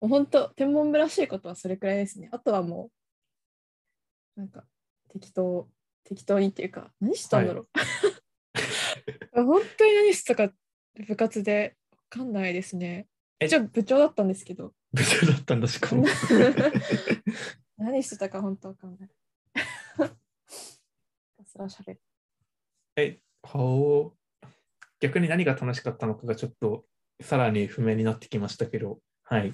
Speaker 1: もう本当、天文部らしいことはそれくらいですね。あとはもう、なんか適当、適当にっていうか、何したんだろう。 本当に何したか部活で分かんないですね。
Speaker 2: え
Speaker 1: 一応部長だったんですけど、
Speaker 2: 部長だったんだ し かも。
Speaker 1: 何してたか本当分かんない。ひたすら喋る
Speaker 2: え、ほう。逆に何が楽しかったのかがちょっとさらに不明になってきましたけど、はい。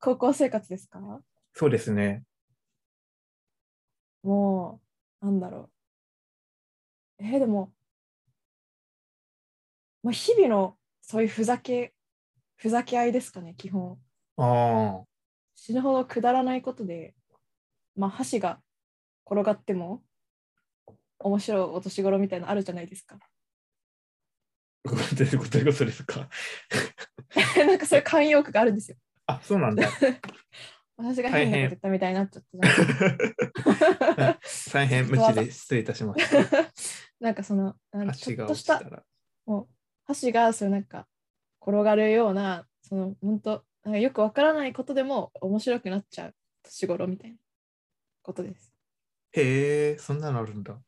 Speaker 1: 高校生活ですか
Speaker 2: そうですね。
Speaker 1: もう、なんだろう。えーでも、まあ、日々のそういうふざけ、ふざけ合いですかね、基本。
Speaker 2: ああ、
Speaker 1: 死ぬほどくだらないことで、まあ、箸が転がっても、面白いお年頃みたいなのあるじゃないですか。
Speaker 2: どういうことどういうことですか。
Speaker 1: なんかそういう慣用句があるんですよ。
Speaker 2: あ、そうなんだ。
Speaker 1: 私が変なこと言ったみたいになっちゃったじゃないですか
Speaker 2: 大変無知で失礼いたしました。
Speaker 1: なんかそのなんかちょ
Speaker 2: 足
Speaker 1: っ
Speaker 2: が
Speaker 1: と
Speaker 2: 落
Speaker 1: し
Speaker 2: ちた
Speaker 1: た
Speaker 2: ら。
Speaker 1: もう箸がそうなんか転がるようなその本当なんかよくわからないことでも面白くなっちゃう年頃みたいなことです。
Speaker 2: へえ、そんなのあるんだ。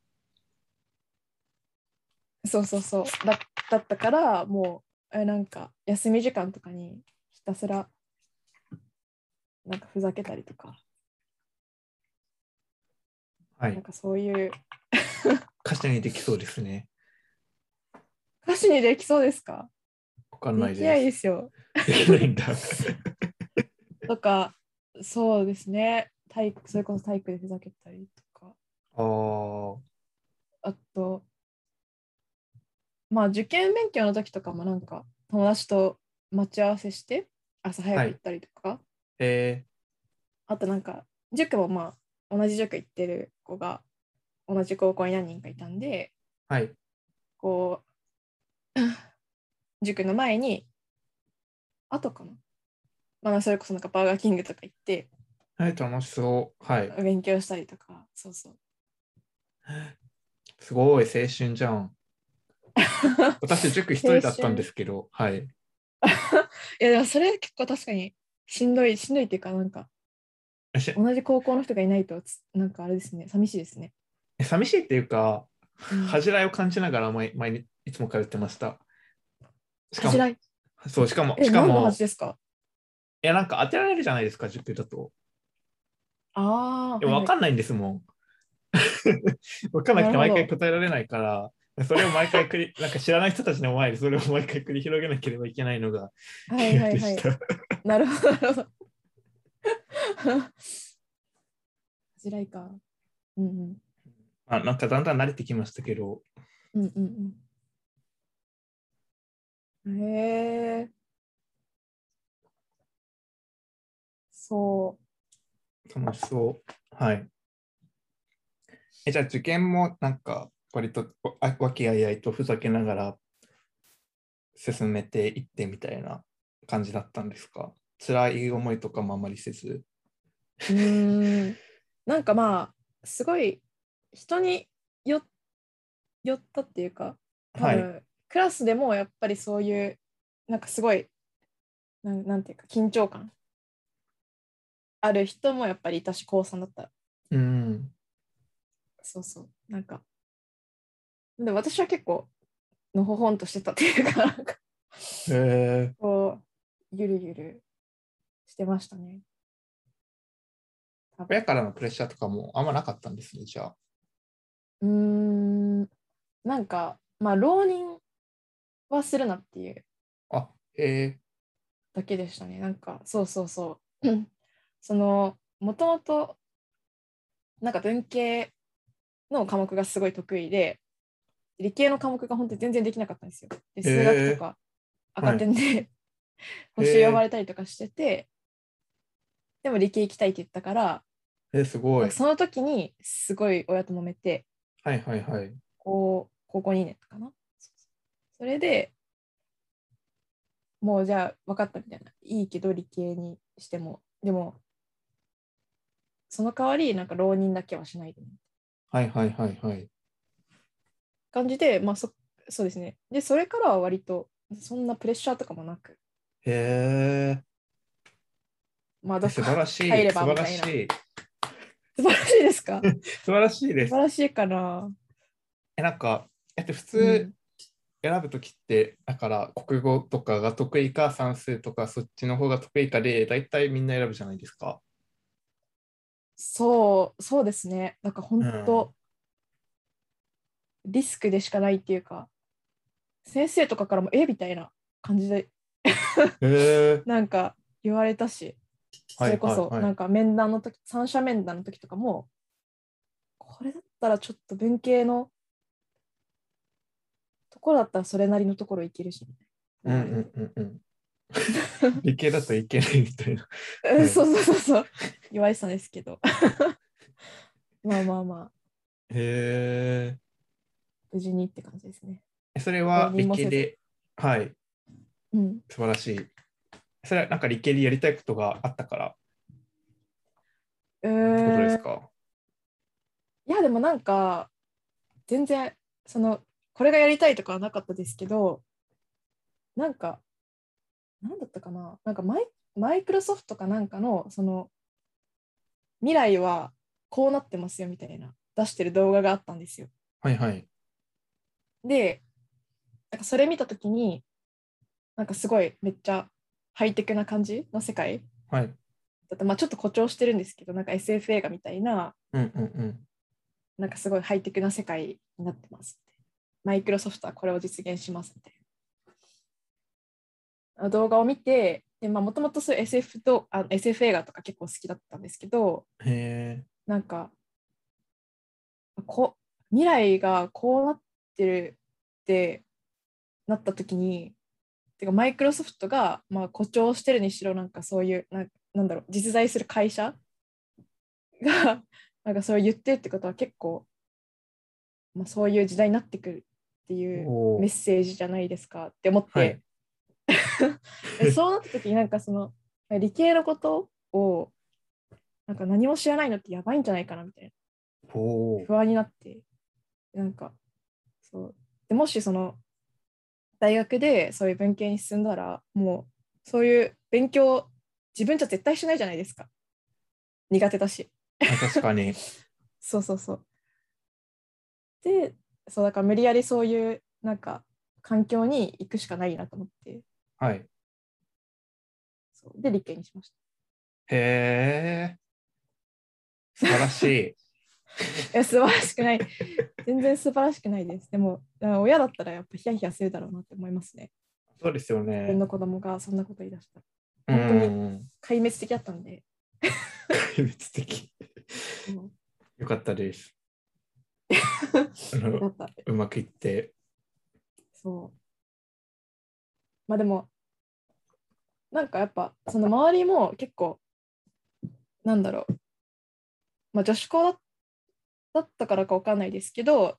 Speaker 1: そうそうそうだだったからもうえなんか休み時間とかにひたすらなんかふざけたりとか、
Speaker 2: は
Speaker 1: なん
Speaker 2: い。
Speaker 1: かそういう
Speaker 2: 歌詞にできそうですね。
Speaker 1: 歌詞にできそうですか
Speaker 2: わかんな
Speaker 1: で
Speaker 2: い
Speaker 1: きない
Speaker 2: で。
Speaker 1: ですすよ。
Speaker 2: できないんだ。
Speaker 1: とかそうですね体育それこそ体育でふざけたりとか
Speaker 2: ああ。
Speaker 1: あとまあ受験勉強の時とかもなんか友達と待ち合わせして朝早く行ったりとか、
Speaker 2: え
Speaker 1: あとなんか塾もまあ同じ塾行ってる子が同じ高校に何人かいたんで
Speaker 2: ー、はい。
Speaker 1: こう 塾の前に後かな、まあ、それこそなんかバーガーキングとか行って
Speaker 2: はい、楽しそう。はい。
Speaker 1: 勉強したりとかそうそう
Speaker 2: すごい、青春じゃん。私、塾一人だったんですけど、はい。
Speaker 1: いやでもそれ結構確かにしんどいしんどいっていうかなんか
Speaker 2: し
Speaker 1: 同じ高校の人がいないとつなんかあれですね寂しいですね、
Speaker 2: 寂しいっていうか、
Speaker 1: うん
Speaker 2: 恥じらいを感じながら毎毎日いつも通ってました。しか
Speaker 1: 恥じ
Speaker 2: も、
Speaker 1: らい
Speaker 2: そう、しかも、
Speaker 1: え
Speaker 2: しか
Speaker 1: 何の
Speaker 2: も、い
Speaker 1: 恥ですか
Speaker 2: や、なんか当てられるじゃないですか、塾だと。
Speaker 1: ああ
Speaker 2: いやわかんないんですもん。 わかんなくて
Speaker 1: なる
Speaker 2: 毎
Speaker 1: ほど
Speaker 2: 回答えられないから、それを毎回繰り、なんか知らない人たちの前でそれを毎回繰り広げなければいけないのが
Speaker 1: はい
Speaker 2: 嫌
Speaker 1: はい
Speaker 2: で
Speaker 1: はい
Speaker 2: し
Speaker 1: はい
Speaker 2: た。
Speaker 1: なるほど、なるほど。 恥じらいか。うんうん。
Speaker 2: まあ、なんかだんだん慣れてきましたけど、
Speaker 1: うんうんうん。へえ。そ
Speaker 2: 楽しそう。はい。えじゃあ受験もなんか割とあ和気あいあいとふざけながら進めていってみたいな感じだったんですか辛い思いとかもあまりせず。
Speaker 1: う。うーん。なんかまあ、すごい人によ寄ったっていうか、多
Speaker 2: は
Speaker 1: 分、
Speaker 2: い。
Speaker 1: クラスでもやっぱりそういう、なんかすごい、なんなんていうか、緊張感ある人もやっぱりいたし、高3だったら。
Speaker 2: うん。
Speaker 1: そうそう。なんか。で私は結構、のほほんとしてたっていうか、 なんか
Speaker 2: へえ
Speaker 1: こう、ゆるゆるしてましたね。
Speaker 2: 親からのプレッシャーとかもあんまなかったんですね、じゃあ。
Speaker 1: うーん。なんか、まあ、浪人はするなっていう
Speaker 2: あ、へえ
Speaker 1: だけでしたね。なんか、そうそうそう。うん その、もともと、なんか文系の科目がすごい得意で、理系の科目が本当に全然できなかったんですよ。で数学とか赤点で、
Speaker 2: はい
Speaker 1: 補習呼ばれたりとかしてて、でも理系行きたいって言ったから、
Speaker 2: えすご
Speaker 1: なん
Speaker 2: い
Speaker 1: か。その時にすごい親と揉めて、
Speaker 2: はいはいはい。
Speaker 1: 高高校2年かな。それでもうじゃあ分かったみたいな。いいけど理系にしても。でも、その代わりなんか浪人だけはしないでね。
Speaker 2: はいはいはいはい。
Speaker 1: 感じで、まあそそうですね。で、それからは割とそんなプレッシャーとかもなく、
Speaker 2: へ
Speaker 1: まあど
Speaker 2: え
Speaker 1: っ
Speaker 2: 素
Speaker 1: か
Speaker 2: 晴らしい。
Speaker 1: 入れ
Speaker 2: 素
Speaker 1: ば
Speaker 2: 晴
Speaker 1: み
Speaker 2: ら
Speaker 1: たい
Speaker 2: し。
Speaker 1: ない素晴らしいですか素
Speaker 2: 素晴らしいです
Speaker 1: 晴。らしいかな。
Speaker 2: え、なんか、えっと、普通、
Speaker 1: うん
Speaker 2: 選ぶときって、だから国語とかが得意か算数とかそっちの方が得意かで、大体みんな選ぶじゃないですか。
Speaker 1: そう、そうですね。なんか本当、リスクでしかないっていうか、先生とかからも、えみたいな感じで、
Speaker 2: へえ。
Speaker 1: なんか言われたし、そ
Speaker 2: はい
Speaker 1: れこそ、
Speaker 2: はいはい
Speaker 1: なんか面談の時、三者面談の時とかも、これだったらちょっと文系のところだったらそれなりのところいけるし、み
Speaker 2: う
Speaker 1: た
Speaker 2: ん
Speaker 1: いうな。
Speaker 2: んうんうん。 理系だといけないみたいな。
Speaker 1: うん そうそうそうそう、言われてたんですけど。 まあまあまあ、
Speaker 2: へ
Speaker 1: 無事にって感じですね。
Speaker 2: え。それは理系で、はい、
Speaker 1: うん。
Speaker 2: 素晴らしい。それはなんか理系でやりたいことがあったから
Speaker 1: う
Speaker 2: ってことで
Speaker 1: ーん
Speaker 2: すか。
Speaker 1: いやでもなんか全然そのこれがやりたいとかはなかったですけどなんかなんだったかななんか毎マイクロソフトかなんかのその未来はこうなってますよみたいな出してる動画があったんですよ。
Speaker 2: はいはい。
Speaker 1: でなんかそれ見た時になんかすごいめっちゃハイテクな感じの世界
Speaker 2: はい。
Speaker 1: だってまあちょっと誇張してるんですけどなんか SF 映画みたいな
Speaker 2: うんうんうん。
Speaker 1: なんかすごいハイテクな世界になってますって。マイクロソフトはこれを実現しますみたいな。あ動画を見て、でまあもともとそういう SF とあ SF 映画とか結構好きだったんですけど、
Speaker 2: へえ。
Speaker 1: なんかこ未来がこうなってるってなった時に、てかマイクロソフトがまあ誇張してるにしろなんかそういうなんなんだろう実在する会社がなんかそれを言ってるってことは結構、まあ、そういう時代になってくるっていう
Speaker 2: お
Speaker 1: メッ
Speaker 2: ー
Speaker 1: セージじゃないですかって思って、
Speaker 2: はい。
Speaker 1: で そうなった時になんかその理系のことをなんか何も知らないのってやばいんじゃないかなみたいな。
Speaker 2: おー
Speaker 1: 不安になってなんかそうでもしその大学でそういう文系に進んだらもうそういう勉強自分じゃ絶対しないじゃないですか苦手だし
Speaker 2: あ確かに。
Speaker 1: そうそうそうでそうだから無理やりそういうなんか環境に行くしかないなと思って
Speaker 2: はい。
Speaker 1: そうで理系にしまし
Speaker 2: へえ。素晴らしい。
Speaker 1: たいや素晴らしくない全然素晴らしくないですでもあの親だったらやっぱヒヤヒヤするだろうなって思いますね
Speaker 2: そうですよ
Speaker 1: 自分
Speaker 2: ね。
Speaker 1: の子供がそんなこと言い出したら
Speaker 2: う
Speaker 1: 本当に
Speaker 2: ん。
Speaker 1: 壊滅的だったんで、
Speaker 2: 壊滅的。
Speaker 1: うん
Speaker 2: よかったです。あ
Speaker 1: だ
Speaker 2: の
Speaker 1: ったんで
Speaker 2: うまくいって。
Speaker 1: そう。まあでも、なんかやっぱ、その周りも結構、なんだろう、まあ女子校だだったからかわかんないですけど、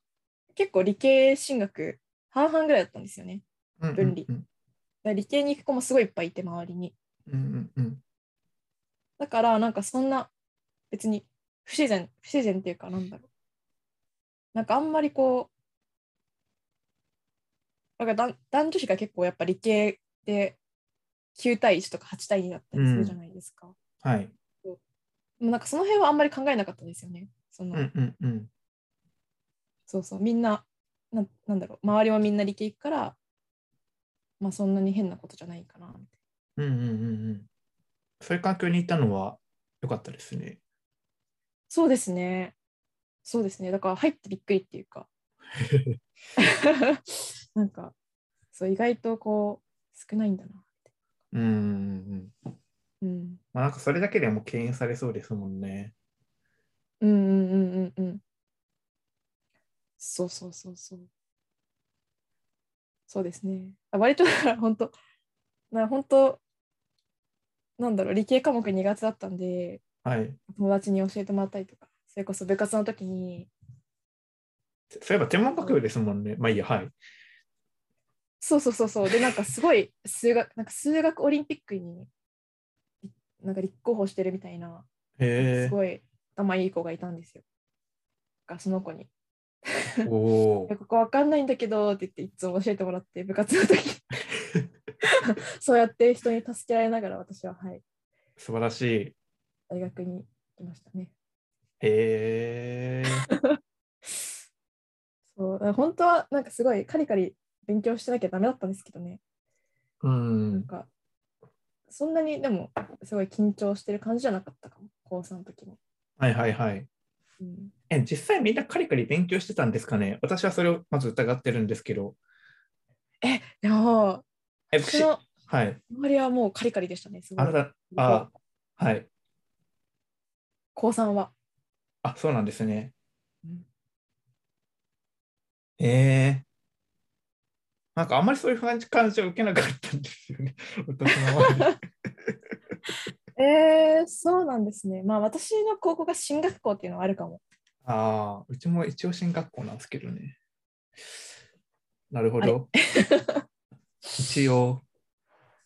Speaker 1: 結構理系進学、半々ぐらいだったんですよね。
Speaker 2: 分
Speaker 1: 分離だから理系に行く子もすごいいっぱいいて、周りに。
Speaker 2: うんうんうん。
Speaker 1: だから、なんかそんな、別に不自然、不自然っていうか、なんだろう。なんかあんまりこう、なんか男男女比が結構やっぱ理系で9対1とか8対2だったりするじゃないですか。
Speaker 2: はい。
Speaker 1: でもなんかその辺はあんまり考えなかったんですよね。その
Speaker 2: うんうんうん。
Speaker 1: そうそう、みんな、なんなんだろう、周りはみんな理系行くから、まあそんなに変なことじゃないかなみたいな。
Speaker 2: うんうんうんうん。そういう環境にいたのは良かったですね。
Speaker 1: そうですね。そうですね。だから入ってびっくりっていうか。なんか、そう、意外とこう、少ないんだなって。
Speaker 2: うんうんうん。
Speaker 1: うん。
Speaker 2: まあ、なんかそれだけでも敬遠されそうですもんね。
Speaker 1: うんうんうんうんうん。そうそうそうそう。そうですね。あ割とだから本当、な本当、なんだろう、理系科目苦手だったんで、
Speaker 2: はい。
Speaker 1: 友達に教えてもらったりとか、それこそ部活の時に、
Speaker 2: そういえば天文学部ですもんね。まあいいや、はい。
Speaker 1: そうそうそうそう。で、なんかすごい数学、なんか数学オリンピックに、なんか立候補してるみたいな、す
Speaker 2: へ
Speaker 1: ごい頭いい子がいたんですよ。がその子に、い
Speaker 2: え。お
Speaker 1: や
Speaker 2: ー
Speaker 1: ここわかんないんだけどって言って、いつも教えてもらって、部活の時に そうやって人に助けられながら、私は、はい、
Speaker 2: 素晴らしい。
Speaker 1: 大学に行きましたね。
Speaker 2: へえ。
Speaker 1: そうだから本当は、なんかすごいカリカリ勉強してなきゃダメだったんですけどね。
Speaker 2: う
Speaker 1: なん
Speaker 2: ん。
Speaker 1: か、そんなにでも、すごい緊張してる感じじゃなかったかも、高3の時も。
Speaker 2: はいはいはい。
Speaker 1: うん
Speaker 2: え、実際みんなカリカリ勉強してたんですかね私はそれをまず疑ってるんですけど。
Speaker 1: え、でも、
Speaker 2: え、
Speaker 1: 私
Speaker 2: 私、
Speaker 1: の
Speaker 2: はい。
Speaker 1: 周りはもうカリカリでしたね、すご
Speaker 2: あ
Speaker 1: い
Speaker 2: な。た、あ、はい。
Speaker 1: 高三は。
Speaker 2: あ、そうなんですね。
Speaker 1: うん
Speaker 2: ええなんかあんまりそういう感じを受けなかったんですよね。 私の周り。
Speaker 1: えー、そうなんですね。まあ、私の高校が進学校っていうのはあるかも。
Speaker 2: ああ、うちも一応進学校なんですけどね。なるほど。一応。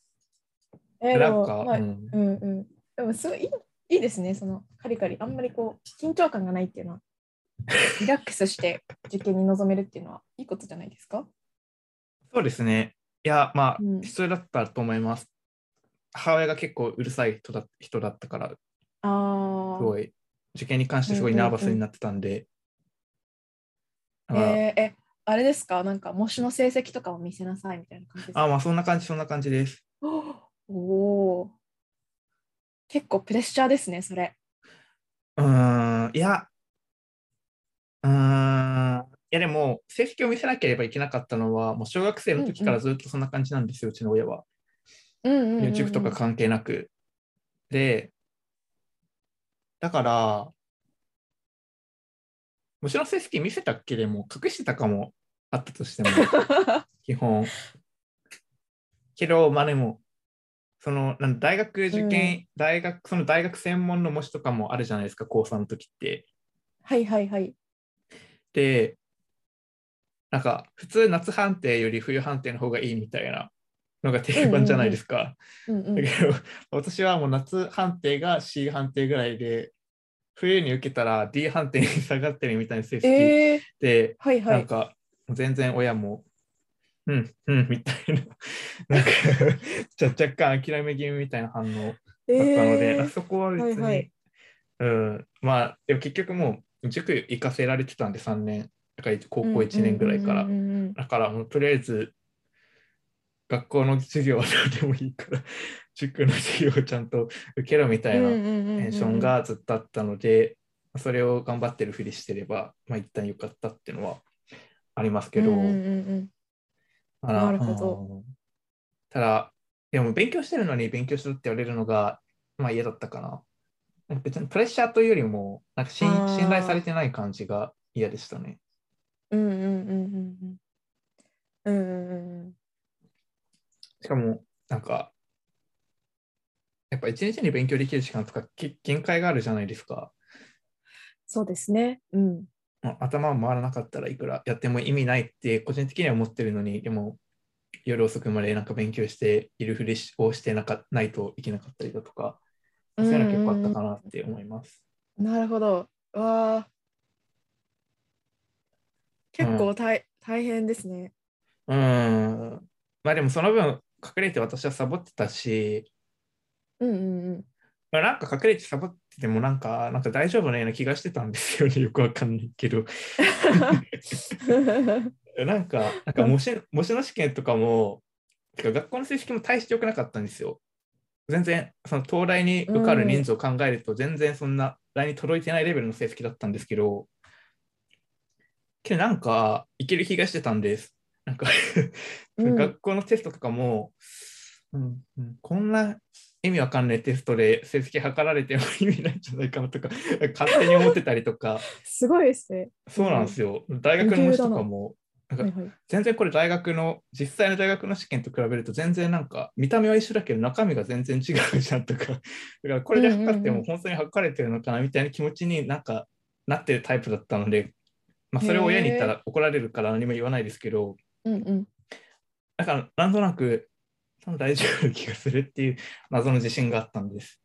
Speaker 1: えー、で
Speaker 2: なん
Speaker 1: も、
Speaker 2: か、
Speaker 1: まあ、
Speaker 2: う
Speaker 1: うん
Speaker 2: ん、
Speaker 1: うん。でも、すごいいいいいですね、そのカリカリ。あんまりこう、緊張感がないっていうの は、リラックスして受験に臨めるっていうのは、いいことじゃないですか。
Speaker 2: そうですね。いや、まあ、
Speaker 1: うん
Speaker 2: 必要だったと思います。母親が結構うるさい人だ人だったから、
Speaker 1: あ
Speaker 2: す
Speaker 1: あ
Speaker 2: ごい、受験に関してすごいナーバスになってたんで、
Speaker 1: えー
Speaker 2: あ
Speaker 1: えあれですかなんか模試の成績とかを見せなさいみたいな感じです
Speaker 2: あ、
Speaker 1: か
Speaker 2: まあそんな感じ、そんな感じです。
Speaker 1: お おー結構プレッシャーですねそれ
Speaker 2: うーん、いや、うーん、いやでも、成績を見せなければいけなかったのは、もう小学生の時からずっとそんな感じなんですよ、うちの親は。
Speaker 1: うんうんうんうん、
Speaker 2: YouTube とか関係なく。で、だから、もちろん成績見せたっけでも、隠してたかもあったとし ても、基本。けど、まあでも、その、なん大学受験、大学、その大学専門の模試とかもあるじゃないですか、高3の時って。
Speaker 1: はいはいはい
Speaker 2: で、なんか、普通夏判定より冬判定の方がいいみたいなのが定番じゃないですか。
Speaker 1: うんうん
Speaker 2: だけど、 私はもう夏判定が C 判定ぐらいで、冬に受けたら D 判定に下がってるみたいな成績
Speaker 1: えー、
Speaker 2: で、
Speaker 1: はいは
Speaker 2: なん
Speaker 1: い
Speaker 2: か、全然親も、うん、うん、みたいな、 なんか、ちょ若干諦め気味みたいな反応だったので、
Speaker 1: え
Speaker 2: あ
Speaker 1: ー、
Speaker 2: そこは別に、
Speaker 1: はいはい
Speaker 2: うん、まあ、でも結局もう、塾行かせられてたんで、3年、だから高校1年ぐらいから。
Speaker 1: うんうんうんうんうん
Speaker 2: だからもうとりあえず学校の授業はどうでもいいから 塾の授業をちゃんと受けろみたいなテンションがずっとあったので、それを頑張ってるふりしてれば、まあ、一旦よかったっていうのはありますけど、
Speaker 1: うんうんうん
Speaker 2: あら
Speaker 1: なるほど
Speaker 2: うんただでも勉強してるのに勉強しろって言われるのが、まあ、嫌だったかな別にプレッシャーというよりもなんか信
Speaker 1: あー
Speaker 2: 信頼されてない感じが嫌でしたね
Speaker 1: うんうんうんうんうんうんうんうんうん
Speaker 2: しかも、なんか、やっぱ一日に勉強できる時間とかけ限界があるじゃないですか。
Speaker 1: そうですねうん
Speaker 2: まあ頭が回らなかったらいくらやっても意味ないって個人的には思ってるのに、でも夜遅くまでなんか勉強しているふりをしてなかないといけなかったりだとか、そういうの結構あったかなって思います。
Speaker 1: なるほど。わあ。結構大,、大変ですね。
Speaker 2: うん。まあでもその分、隠れて私はサボってたし、
Speaker 1: うんうん うん。
Speaker 2: まあ、なんか隠れてサボっててもなんか、なんか大丈夫なような気がしてたんですよね。よくわかんないけど。なんか、な んか模試模試の試験とかも、てか学校の成績も大して良くなかったんですよ。全然、その東大に受かる人数を考えると、全然そんな、来に届いてないレベルの成績だったんですけど、けどなんか、いける気がしてたんです。なんか
Speaker 1: うん
Speaker 2: 学校のテストとかも、うんうんこんな意味わかんないテストで成績測られても意味ないんじゃないかなとか、勝手に思ってたりとか、
Speaker 1: すごいですね。
Speaker 2: そうなんですよ。大学の模試とかも、なんか
Speaker 1: はいはい、
Speaker 2: 全然これ大学の実際の大学の試験と比べると全然なんか見た目は一緒だけど中身が全然違うじゃんとか だからこれで測って
Speaker 1: うんうんう
Speaker 2: も
Speaker 1: ん
Speaker 2: 本当に測れてるのかなみたいな気持ちになんかなってるタイプだったので、まあ、それを親に言ったら怒られるから何も言わないですけど
Speaker 1: うんうん。
Speaker 2: だからなんとなく多分大丈夫な気がするっていう謎の自信があったんです。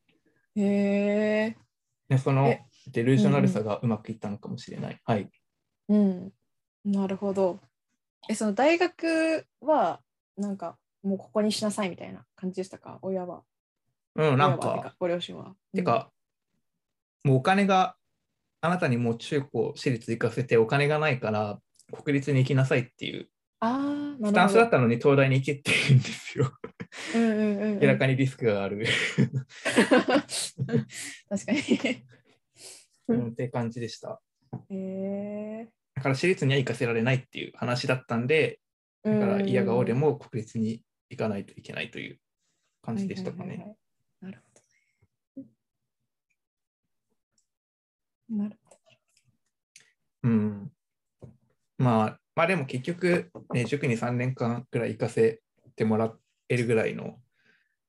Speaker 1: へえ。
Speaker 2: でその
Speaker 1: え
Speaker 2: デルージョナルさがうまくいったのかもしれない。はい。
Speaker 1: うん。なるほど。え、その大学は、なんか、もうここにしなさいみたいな感じでしたか親は。
Speaker 2: うん、なん
Speaker 1: 親はて
Speaker 2: か
Speaker 1: かご両親は。
Speaker 2: てか、もうお金があなたにもう中高私立行かせてお金がないから国立に行きなさいってい
Speaker 1: う
Speaker 2: う
Speaker 1: ん、ああ、
Speaker 2: スタ
Speaker 1: な
Speaker 2: ン
Speaker 1: る
Speaker 2: ス
Speaker 1: ほ
Speaker 2: だ
Speaker 1: ど
Speaker 2: っ。たのに東大に行けって言うんですよ。
Speaker 1: うんうんうんうん、
Speaker 2: 明らかにリスクがある、
Speaker 1: 確かに。う
Speaker 2: うんん、って感じでした。
Speaker 1: へえ。
Speaker 2: だから私立には行かせられないっていう話だったんで、だから嫌がおうでも国立に行かないといけないという感じでしたか
Speaker 1: はいはい
Speaker 2: ね。
Speaker 1: はいはい。なるほどね。なるほ
Speaker 2: うん。まあ、まあでも結局、ね、塾に3年間くらい行かせてもらえるぐらいの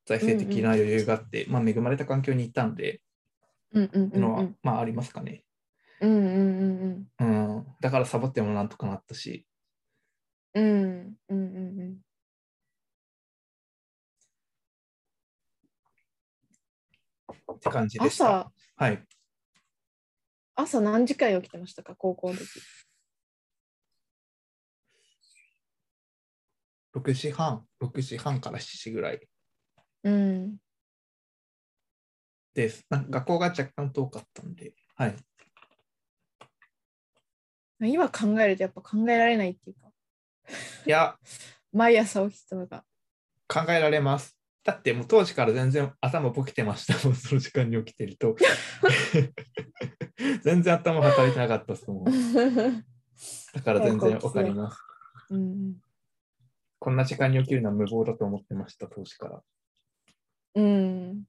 Speaker 2: 財政的な余裕があって、まあ恵まれた環境にいたんで、
Speaker 1: ど。うんうんうん
Speaker 2: の
Speaker 1: う
Speaker 2: は
Speaker 1: ん。
Speaker 2: まあありますかね。
Speaker 1: うんうんうん
Speaker 2: うん。だからサボってもなんとかなったし、
Speaker 1: うん。うんうんうんうん。
Speaker 2: って感じでした。
Speaker 1: 朝、
Speaker 2: はい。
Speaker 1: 朝何時間に起きてましたか、高校の時。
Speaker 2: 6時半、6時半から7時ぐらい。
Speaker 1: うん。
Speaker 2: です。なんか学校が若干遠かったんで、はい。
Speaker 1: 今考えるとやっぱ考えられないっていうか、
Speaker 2: いや、
Speaker 1: 毎朝起きてたのが。
Speaker 2: 考えられます。だってもう当時から全然頭ボケてました もん、その時間に起きてると。 全然頭働いてなかったですもん。だから全然わかります。
Speaker 1: うん
Speaker 2: こんな時間に起きるのは無謀だと思ってました、当時から。
Speaker 1: うん、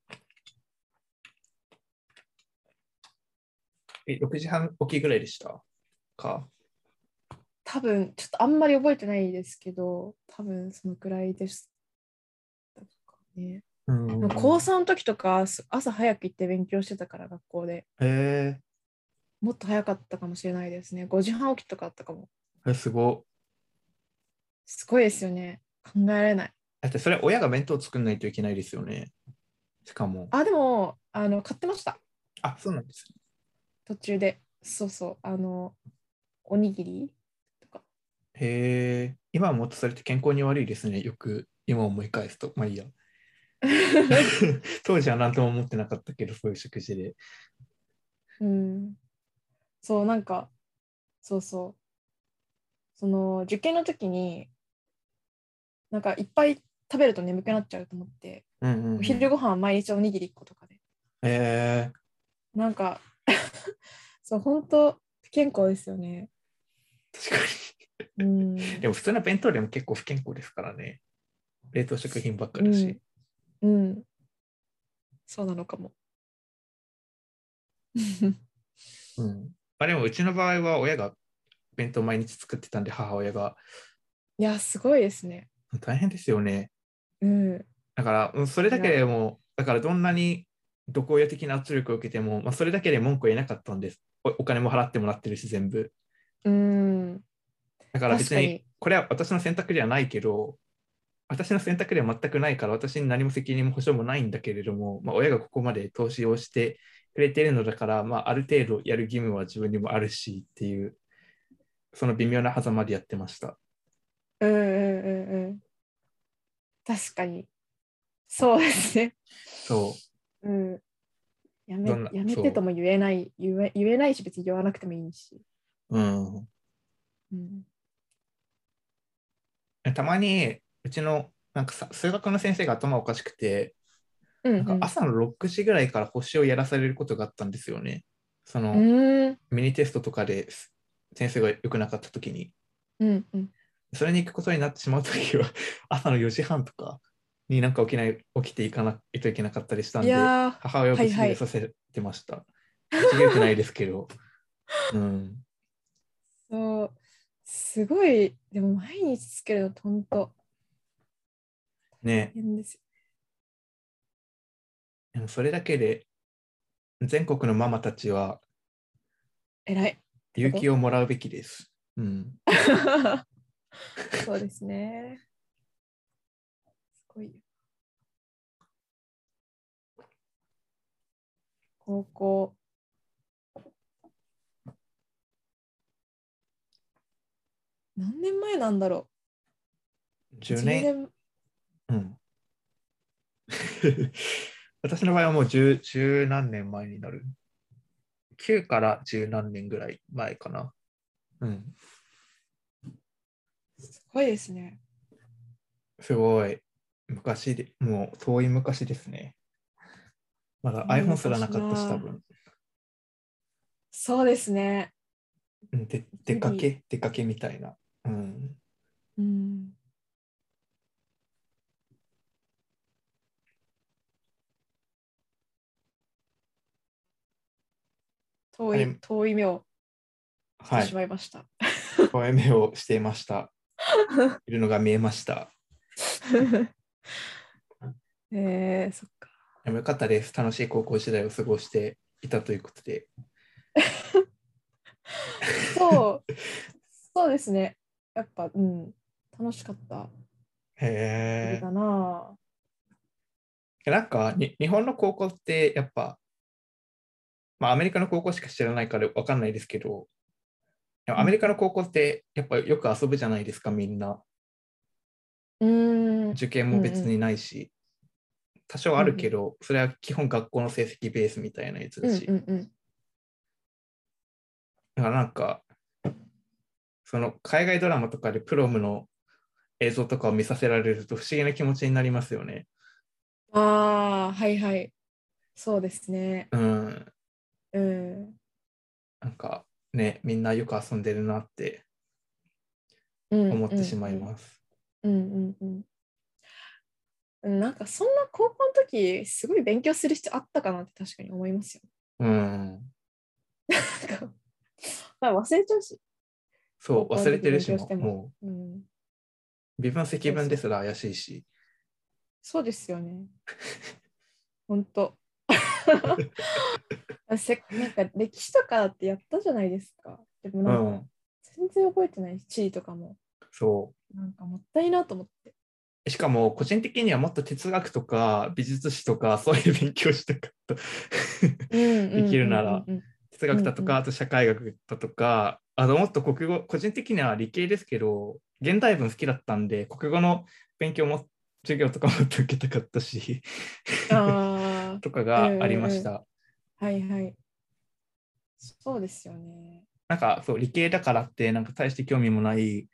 Speaker 2: え、6時半起きぐらいでしたか。
Speaker 1: 多分ちょっとあんまり覚えてないですけど多分そのくらいです。ね、
Speaker 2: うん
Speaker 1: でも高3の時とかす朝早く行って勉強してたから学校で
Speaker 2: え
Speaker 1: もっと早かったかもしれないですね5時半起きとかあったかも
Speaker 2: ー、えすご
Speaker 1: すごいですよね考えられない
Speaker 2: い。だってそれ親が弁当作んないといけないですよね。しかも。
Speaker 1: あでもあの買ってました
Speaker 2: あ、そうなんですね。
Speaker 1: 途中でそうそうあのおにぎり
Speaker 2: へえ、今はもっとそれって健康に悪いですね。よく今思い返すと。まあいいや。 当時は何とも思ってなかったけど、そういう食事で。
Speaker 1: うん、そうなんかそうそうその受験の時になんかいっぱい食べると眠くなっちゃうと思って、
Speaker 2: うんうんうん、
Speaker 1: お昼ご飯は毎日おにぎり1個とかで
Speaker 2: えー
Speaker 1: なんか そう本当不健康ですよね
Speaker 2: 確か
Speaker 1: うん
Speaker 2: に。でも普通の弁当でも結構不健康ですからね。冷凍食品ばっかりだし。
Speaker 1: うんそうなのかも
Speaker 2: うん。まあでもうちの場合は親が弁当毎日作ってたんで、母親が。
Speaker 1: いやすごいですね
Speaker 2: 大変ですよね。
Speaker 1: うん
Speaker 2: だから、うん、それだけでも、だからどんなに毒親的な圧力を受けても、まあ、それだけで文句を言えなかったんですお。お金も払ってもらってるし、全部。
Speaker 1: うん
Speaker 2: だから
Speaker 1: 確
Speaker 2: 別
Speaker 1: か
Speaker 2: に、
Speaker 1: に
Speaker 2: これは私の選択ではないけど、私の選択では全くないから、私に何も責任も保証もないんだけれども、まあ、親がここまで投資をしてくれているのだから、まあ、ある程度やる義務は自分にもあるしっていう、その微妙な狭間でやってました。
Speaker 1: うんうんうんうん。確かに。そうですね。
Speaker 2: そ
Speaker 1: うん。やめ
Speaker 2: どんな
Speaker 1: やめ
Speaker 2: そう
Speaker 1: てとも言えない言え、言えないし、別に言わなくてもいいし。
Speaker 2: う。うん。
Speaker 1: うん、
Speaker 2: たまに、うちのなんかさ数学の先生が頭おかしくて、
Speaker 1: うん、
Speaker 2: なんか朝の6時ぐらいから星をやらされることがあったんですよね。その、
Speaker 1: うん、うん
Speaker 2: ミニテストとかです先生が良くなかった時に。
Speaker 1: うんうん。
Speaker 2: それに行くことになってしまうときは、 朝の4時半とかになんか起きない起きていかないといけなかったりしたん
Speaker 1: い
Speaker 2: で、
Speaker 1: や
Speaker 2: 母親をぶち切
Speaker 1: はいは
Speaker 2: れ
Speaker 1: い
Speaker 2: させてました。ぶち切れてないですけど。うん、
Speaker 1: ー、そう。すごい、でも毎日つけるのとんと
Speaker 2: ね
Speaker 1: 大変ですよ。
Speaker 2: でもそれだけで、全国のママたちは
Speaker 1: えらい。
Speaker 2: 勇気をもらうべきです。うん、
Speaker 1: そうですね。すごいよ。高校。何年前なんだろう
Speaker 2: 10年。うん、 私の場合はもう十十何年前になる。9から十何年ぐらい前かな。うん、
Speaker 1: すごいですね。
Speaker 2: すごい。昔で、もう遠い昔ですね。まだ
Speaker 1: 遠い
Speaker 2: iPhone すらなかったし、
Speaker 1: 昔
Speaker 2: 多
Speaker 1: だ
Speaker 2: 分。
Speaker 1: そうですね。
Speaker 2: うんで、出かけ、出かけみたいな。うん。
Speaker 1: うん。遠
Speaker 2: あれ
Speaker 1: い、遠い目をし
Speaker 2: は
Speaker 1: てし
Speaker 2: い。
Speaker 1: まいました。
Speaker 2: おやめをしていま した。いるのが見えました。
Speaker 1: えー、そっか。
Speaker 2: でもよかったです。楽しい高校時代を過ごしていたということで。
Speaker 1: そう、そうですね。やっぱ、うん、楽しかった。
Speaker 2: へ
Speaker 1: だな。
Speaker 2: え。なんかに、日本の高校って、やっぱ、まあ、アメリカの高校しか知らないからわかんないですけど、でもアメリカの高校って、やっぱよく遊ぶじゃないですか、みんな。
Speaker 1: うーん、
Speaker 2: 受験も別にないし、多少あるけど、それは基本学校の成績ベースみたいなやつ
Speaker 1: うん
Speaker 2: だ
Speaker 1: う
Speaker 2: し、
Speaker 1: んうん。
Speaker 2: だからなんか、その海外ドラマとかでプロムの映像とかを見させられると不思議な気持ちになりますよね。
Speaker 1: ああ、はいはい。そうですね。
Speaker 2: うん。
Speaker 1: うん。
Speaker 2: なんかね、みんなよく遊んでるなって思
Speaker 1: 思
Speaker 2: ってしまい
Speaker 1: す
Speaker 2: ます。
Speaker 1: うんうんうん。なんかそんな高校の時すごい勉強する必要あったかなって確かに思い ますよ。
Speaker 2: うん。
Speaker 1: なんかまあ忘れちゃうし。
Speaker 2: そう、
Speaker 1: 高校の
Speaker 2: 忘れてるし
Speaker 1: 時勉強
Speaker 2: も
Speaker 1: して、も
Speaker 2: も
Speaker 1: うん、
Speaker 2: う、微分積分ですら怪しいし。
Speaker 1: そうですよ ね。ほんと。せなんか歴史とかってやったじゃないですか。でも
Speaker 2: う
Speaker 1: なんか
Speaker 2: ん。
Speaker 1: 全然覚えてないし、地理とかも。
Speaker 2: そ
Speaker 1: なんかもったいなと思 って。
Speaker 2: う。しかも、個人的にはもっと哲学とか美術史とか、 そういう勉強したかった。
Speaker 1: で
Speaker 2: できるなら。
Speaker 1: うん
Speaker 2: 哲学だと
Speaker 1: うんう
Speaker 2: か、あと社会学だとか、あともっと国語、個人的には理系ですけど、現代文好きだったんで、国語の勉強も、授業とかもっと受けたかったし、
Speaker 1: あ
Speaker 2: とかがありました。
Speaker 1: あ、はいはい。そうですよね。
Speaker 2: なんかそう理系だからってなんか大して興味もない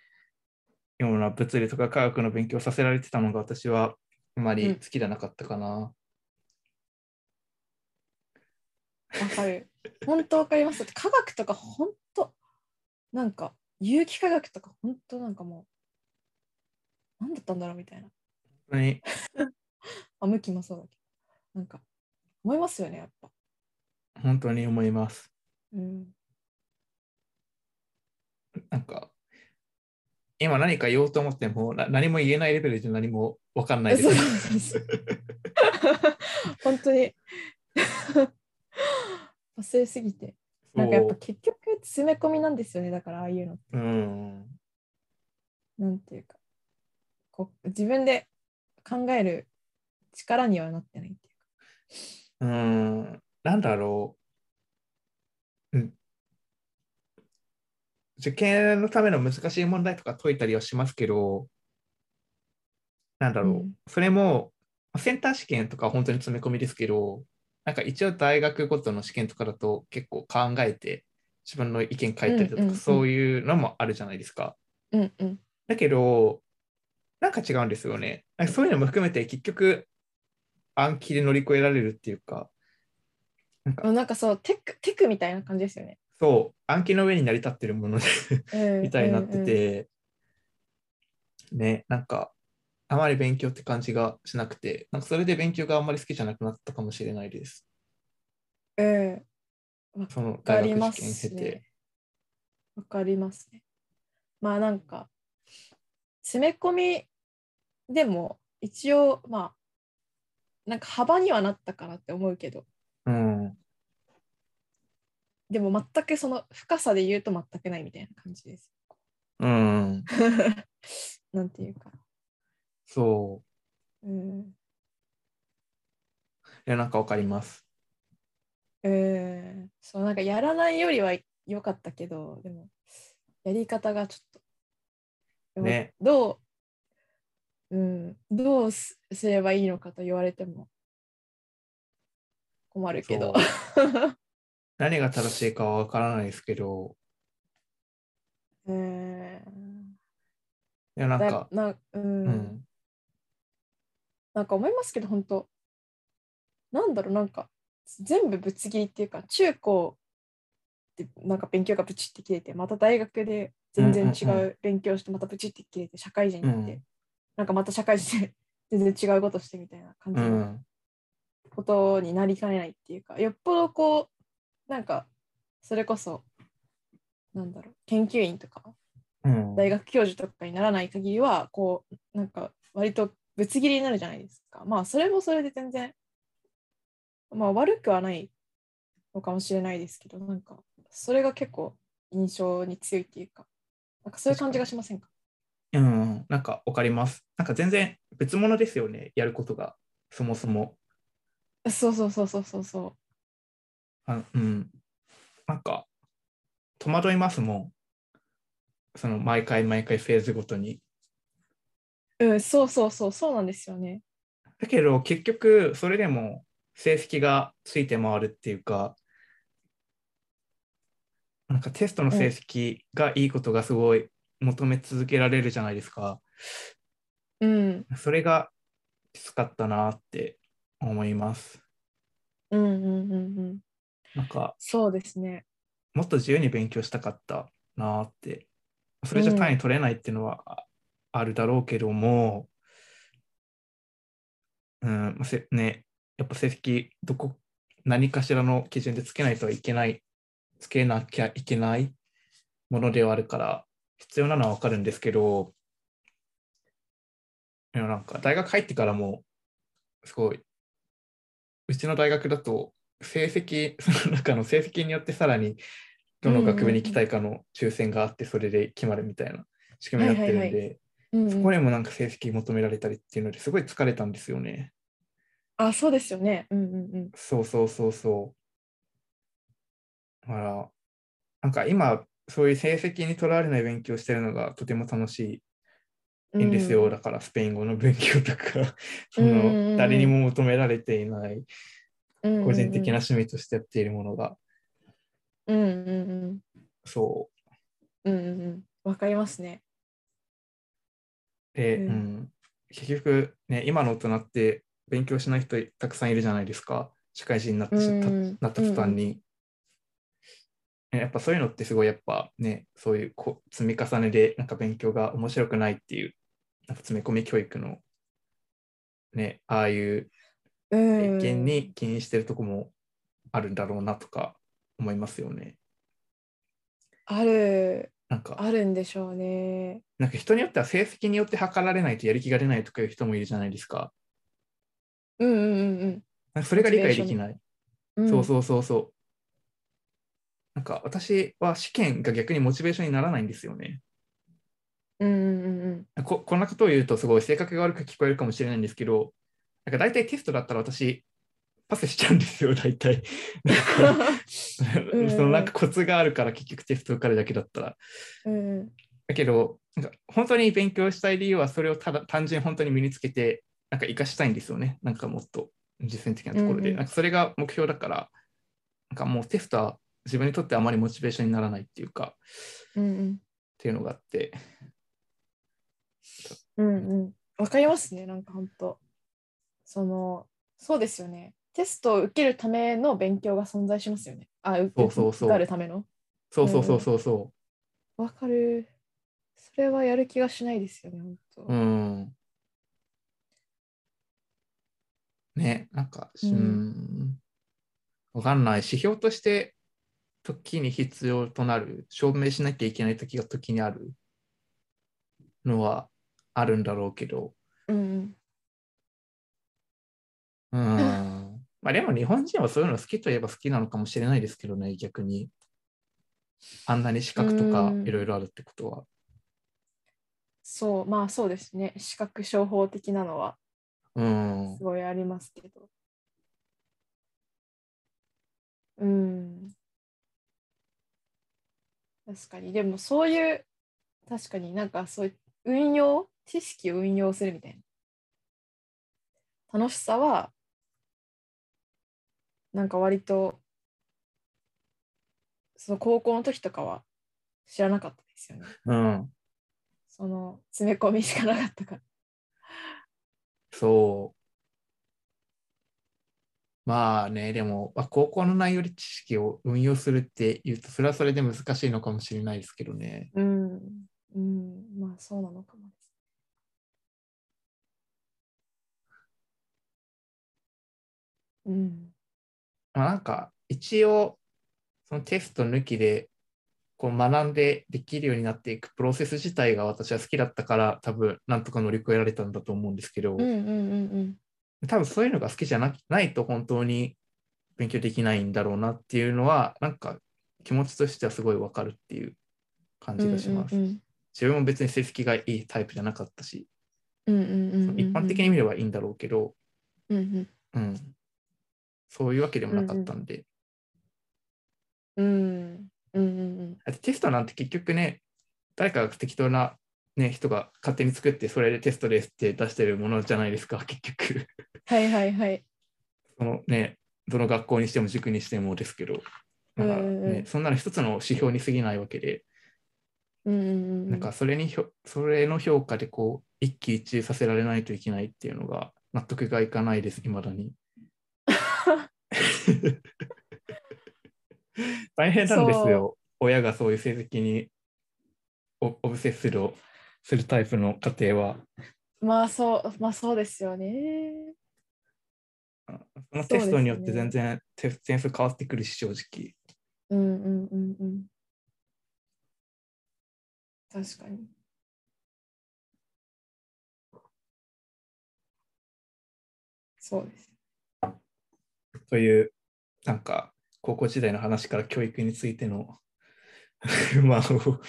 Speaker 2: ような物理とか科学の勉強させられてたのが私はあまり好きじゃなかったかな。
Speaker 1: わかる。本当わかります。だって科学とか本当なんか有機化学とか本当なんかもう何だったんだろうみたいな。
Speaker 2: 本当に
Speaker 1: あ向きもそうだけどなんか思いますよねやっぱ。
Speaker 2: 本当に思います。
Speaker 1: うん。
Speaker 2: なんか今何か言おうと思ってもな何も言えないレベルで何も分かんないで
Speaker 1: そう
Speaker 2: す。
Speaker 1: そうそうそう。本当に 忘れすぎて。なんかやっぱ結局詰め込みなんですよねだからああいうのって
Speaker 2: そううん
Speaker 1: なんていうかこう自分で考える力にはなってないっていうか。
Speaker 2: うんなんだろう、うん。受験のための難しい問題とか解いたりはしますけど、なんだろう、
Speaker 1: うん
Speaker 2: それもセンター試験とかは本当に詰め込みですけど、なんか一応大学ごとの試験とかだと結構考えて自分の意見書いたりだとか、
Speaker 1: うんうんうん
Speaker 2: そういうのもあるじゃないですか。
Speaker 1: うんうん。
Speaker 2: だけど、なんか違うんですよね。なんかそういうのも含めて結局暗記で乗り越えられるっていうか、
Speaker 1: もうなんかそうテクテクみたいな感じですよね。
Speaker 2: そう、暗記の上に成り立ってるもので
Speaker 1: うん
Speaker 2: みたいになって。て、ね、なんか、あまり勉強って感じがしなくて、なんかそれで勉強があんまり好きじゃなくなったかもしれないです。
Speaker 1: うんうんうん
Speaker 2: その
Speaker 1: わか
Speaker 2: 大
Speaker 1: りま
Speaker 2: 学試
Speaker 1: す
Speaker 2: 験経て
Speaker 1: ね。。わかりますね。まあなんか詰め込みでも一応まあなんか幅にはなったかなって思うけど
Speaker 2: うん、
Speaker 1: でも全くその深さで言うと全くないみたいな感じです。
Speaker 2: うん、
Speaker 1: なんていうか。
Speaker 2: そ
Speaker 1: うん。
Speaker 2: う。いや、なんかわかります。
Speaker 1: うん。そうなんかやらないよりは良かったけどでもやり方がちょっと。でも
Speaker 2: ね。
Speaker 1: どう、うん、どうすすればいいのかと言われても困るけど。
Speaker 2: そう何が正しいかはわからないですけど、
Speaker 1: うーん
Speaker 2: いや、なん
Speaker 1: だ
Speaker 2: か、
Speaker 1: なうん
Speaker 2: うん、
Speaker 1: なんか思いますけど本当なんだろうなんか全部ぶつ切りっていうか中高でなんか勉強がブチって切れてまた大学で全然違
Speaker 2: うんうん
Speaker 1: う勉強してまたブチって切れて社会人になって、
Speaker 2: うん
Speaker 1: なんかまた社会人で 全然違うことしてみたいな感
Speaker 2: う
Speaker 1: じの
Speaker 2: ん、
Speaker 1: ことになりかねないっていうかよっぽどこうなんかそれこそなんだろう研究員とか
Speaker 2: うん、
Speaker 1: 大学教授とかにならない限りはこうなんか割とぶつ切りになるじゃないですかまあそれもそれで全然まあ悪くはないのかもしれないですけどなんかそれが結構印象に強いっていうかなんかそういう感じがしませんか
Speaker 2: うん、なんかわかります。なんか全然別物ですよね、やることが、そもそも。
Speaker 1: そうそうそうそうそうそ
Speaker 2: あうん、なんか戸惑いますもんその毎回毎回フェーズごとに
Speaker 1: ううんそうそうそうそうなんですよね
Speaker 2: だけど結局それでも成績がついて回るっていうかなんかテストの成績がいいことがすごい求め続けられるじゃないですか
Speaker 1: うん
Speaker 2: それがきつかったなって思います
Speaker 1: うんうんうんうん
Speaker 2: なんか
Speaker 1: そうですね
Speaker 2: もっと自由に勉強したかったなってそれじゃ単位取れないっていうのはああるだろうけどもうん、まあせねやっぱ成績どこ何かしらの基準でつけないといけないつけなきゃいけないものではあるから必要なのはわかるんですけどでもなんか大学入ってからもすごいうちの大学だと成績 その中の成績によってさらにどの学部に行きたいかの抽選があってそれで決まるみたいな仕組みになってる
Speaker 1: はい
Speaker 2: ん
Speaker 1: はい
Speaker 2: で
Speaker 1: うんうん
Speaker 2: そこでもなんか成績求められたりっていうのですごい疲れたんですよね。
Speaker 1: あそうですよねうんうんうん
Speaker 2: そうそうそうそう。だから、なんか今、そういう成績にとらわれない勉強してるのがとても楽しいんですよ。だから、スペイン語の勉強 とか、そ
Speaker 1: うんうんうんう
Speaker 2: の
Speaker 1: ん
Speaker 2: 誰にも求められていない
Speaker 1: うん
Speaker 2: 個人的な趣味としてやっているものが、
Speaker 1: うんうんうん
Speaker 2: そう、
Speaker 1: うんうんうんわかりますね
Speaker 2: で、
Speaker 1: う
Speaker 2: うんん結局、ね、今の大人って勉強しない人たくさんいるじゃないですか社会人になってし、た
Speaker 1: うん
Speaker 2: なった途端に、ねやっぱそういうのってすごいやっぱねそういうこう積み重ねでなんか勉強が面白くないっていうなんか詰め込み教育のねああいう
Speaker 1: うん
Speaker 2: 経験に起因してるとこもあるんだろうなとか思いますよね。
Speaker 1: ある
Speaker 2: なんか
Speaker 1: あるんでしょうね
Speaker 2: なんか人によっては成績によって測られないとやる気が出ないとかいう人もいるじゃないですか。
Speaker 1: うんうんうん
Speaker 2: なんかそれが理解できない。
Speaker 1: うんうん
Speaker 2: そうそうそうそう。なんか私は試験が逆にモチベーションにならないんですよね。
Speaker 1: うんうんうんうん
Speaker 2: ここんなことを言うとすごい性格が悪く聞こえるかもしれないんですけど、なんか大体テストだったら私パスしちゃうんですよ、大体。なんか そ
Speaker 1: ん
Speaker 2: のなんかコツがあるから結局テスト受かるだけだったら。
Speaker 1: うんうん
Speaker 2: だけど、なんか本当に勉強したい理由はそれをただ単純に本当に身につけて、なんか活かしたいんですよね。なんかもっと実践的なところ
Speaker 1: う
Speaker 2: で。
Speaker 1: んうん
Speaker 2: なんかそれが目標だから、なんかもうテストは自分にとってあまりモチベーションにならないっていうか、っ
Speaker 1: うん
Speaker 2: ていうのがあって、
Speaker 1: うんうんうんわかりますねなんか本当そのそうですよねテストを受けるための勉強が存在しますよねあう
Speaker 2: そうそうそう
Speaker 1: 受かるための
Speaker 2: そうそうそうそうそ
Speaker 1: わかるそれはやる気がしないですよね本
Speaker 2: う。
Speaker 1: 当
Speaker 2: うん。ね、なんか、う
Speaker 1: うん
Speaker 2: ん。わかんない。指標として、時に必要となる、証明しなきゃいけない時が時にあるのはあるんだろうけど、
Speaker 1: うん
Speaker 2: うん。まあでも日本人はそういうの好きといえば好きなのかもしれないですけどね、逆に。あんなに資格とか
Speaker 1: うん
Speaker 2: いろいろあるってことは。
Speaker 1: そうまあそうですね視覚商法的なのは
Speaker 2: うん
Speaker 1: す。ごいありますけどうん確かにでもそういう確かになんかそういう運用知識を運用するみたいな楽しさはなんか割とその高校の時とかは知らなかったですよね
Speaker 2: うん。
Speaker 1: その詰め込みしかなかったから
Speaker 2: そう。まあね、でも、まあ、高校の内容で知識を運用するっていうと、それはそれで難しいのかもしれないですけどね。
Speaker 1: うんうんまあそうなのかもですうん
Speaker 2: まあ、なんか、一応、そのテスト抜きで、こう学んでできるようになっていくプロセス自体が私は好きだったから、多分、なんとか乗り越えられたんだと思うんですけど、
Speaker 1: うんうんうん
Speaker 2: 多分そういうのが好きじゃなないと本当に勉強できないんだろうなっていうのは、なんか気持ちとしてはすごいわかるっていう感
Speaker 1: うんう
Speaker 2: じ
Speaker 1: ん
Speaker 2: がします。
Speaker 1: うん
Speaker 2: 自分も別に成績がいいタイプじゃなかったし、
Speaker 1: うんうんうんうんうん
Speaker 2: 一般的に見ればいいんだろうけど、
Speaker 1: うんうん
Speaker 2: うん、そういうわけでもなかったんで、
Speaker 1: うんうんうん
Speaker 2: だってテストなんて結局ね、誰かが適当な、ね、人が勝手に作って、それでテストですって出してるものじゃないですか、結局。
Speaker 1: はいはいはい。
Speaker 2: そのね、どの学校にしても塾にしてもですけど、なんかね
Speaker 1: うんうんうん
Speaker 2: そんなの一つの指標に過ぎないわけで、
Speaker 1: うんうんう
Speaker 2: なんかそれにひょそれの評価でこう一喜一憂させられないといけないっていうのが納得がいかないです、いまだに。大変なんですよ、親がそういう成績にオオブセッスドするタイプの家庭は。
Speaker 1: まあそう、まあそうですよね。
Speaker 2: そのテストによっ
Speaker 1: そ
Speaker 2: て
Speaker 1: うですね
Speaker 2: 全然テ点数変わってくるし、正直。
Speaker 1: うんうんうんうん。確かに。そう です。
Speaker 2: という、なんか、高校時代の話から教育についての 不満を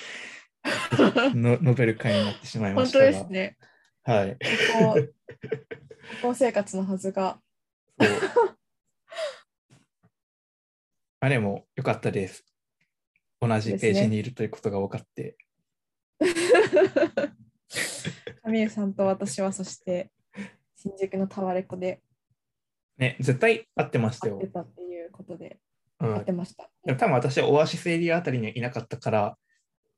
Speaker 2: の述べる会になってしまいま
Speaker 1: 本
Speaker 2: した
Speaker 1: 当
Speaker 2: が。
Speaker 1: です ね。
Speaker 2: はい。
Speaker 1: 高校高校生活のはずが。
Speaker 2: そう あれも良かったです。同じページにいるということが分かって。
Speaker 1: 神江さんと私はそして新宿のタワレコで
Speaker 2: ね、絶対合ってました
Speaker 1: 会っ
Speaker 2: よ
Speaker 1: て。たっていうことで
Speaker 2: うん
Speaker 1: 会ってました。
Speaker 2: でも多分私はオアシスエリアあたりにはいなかったから、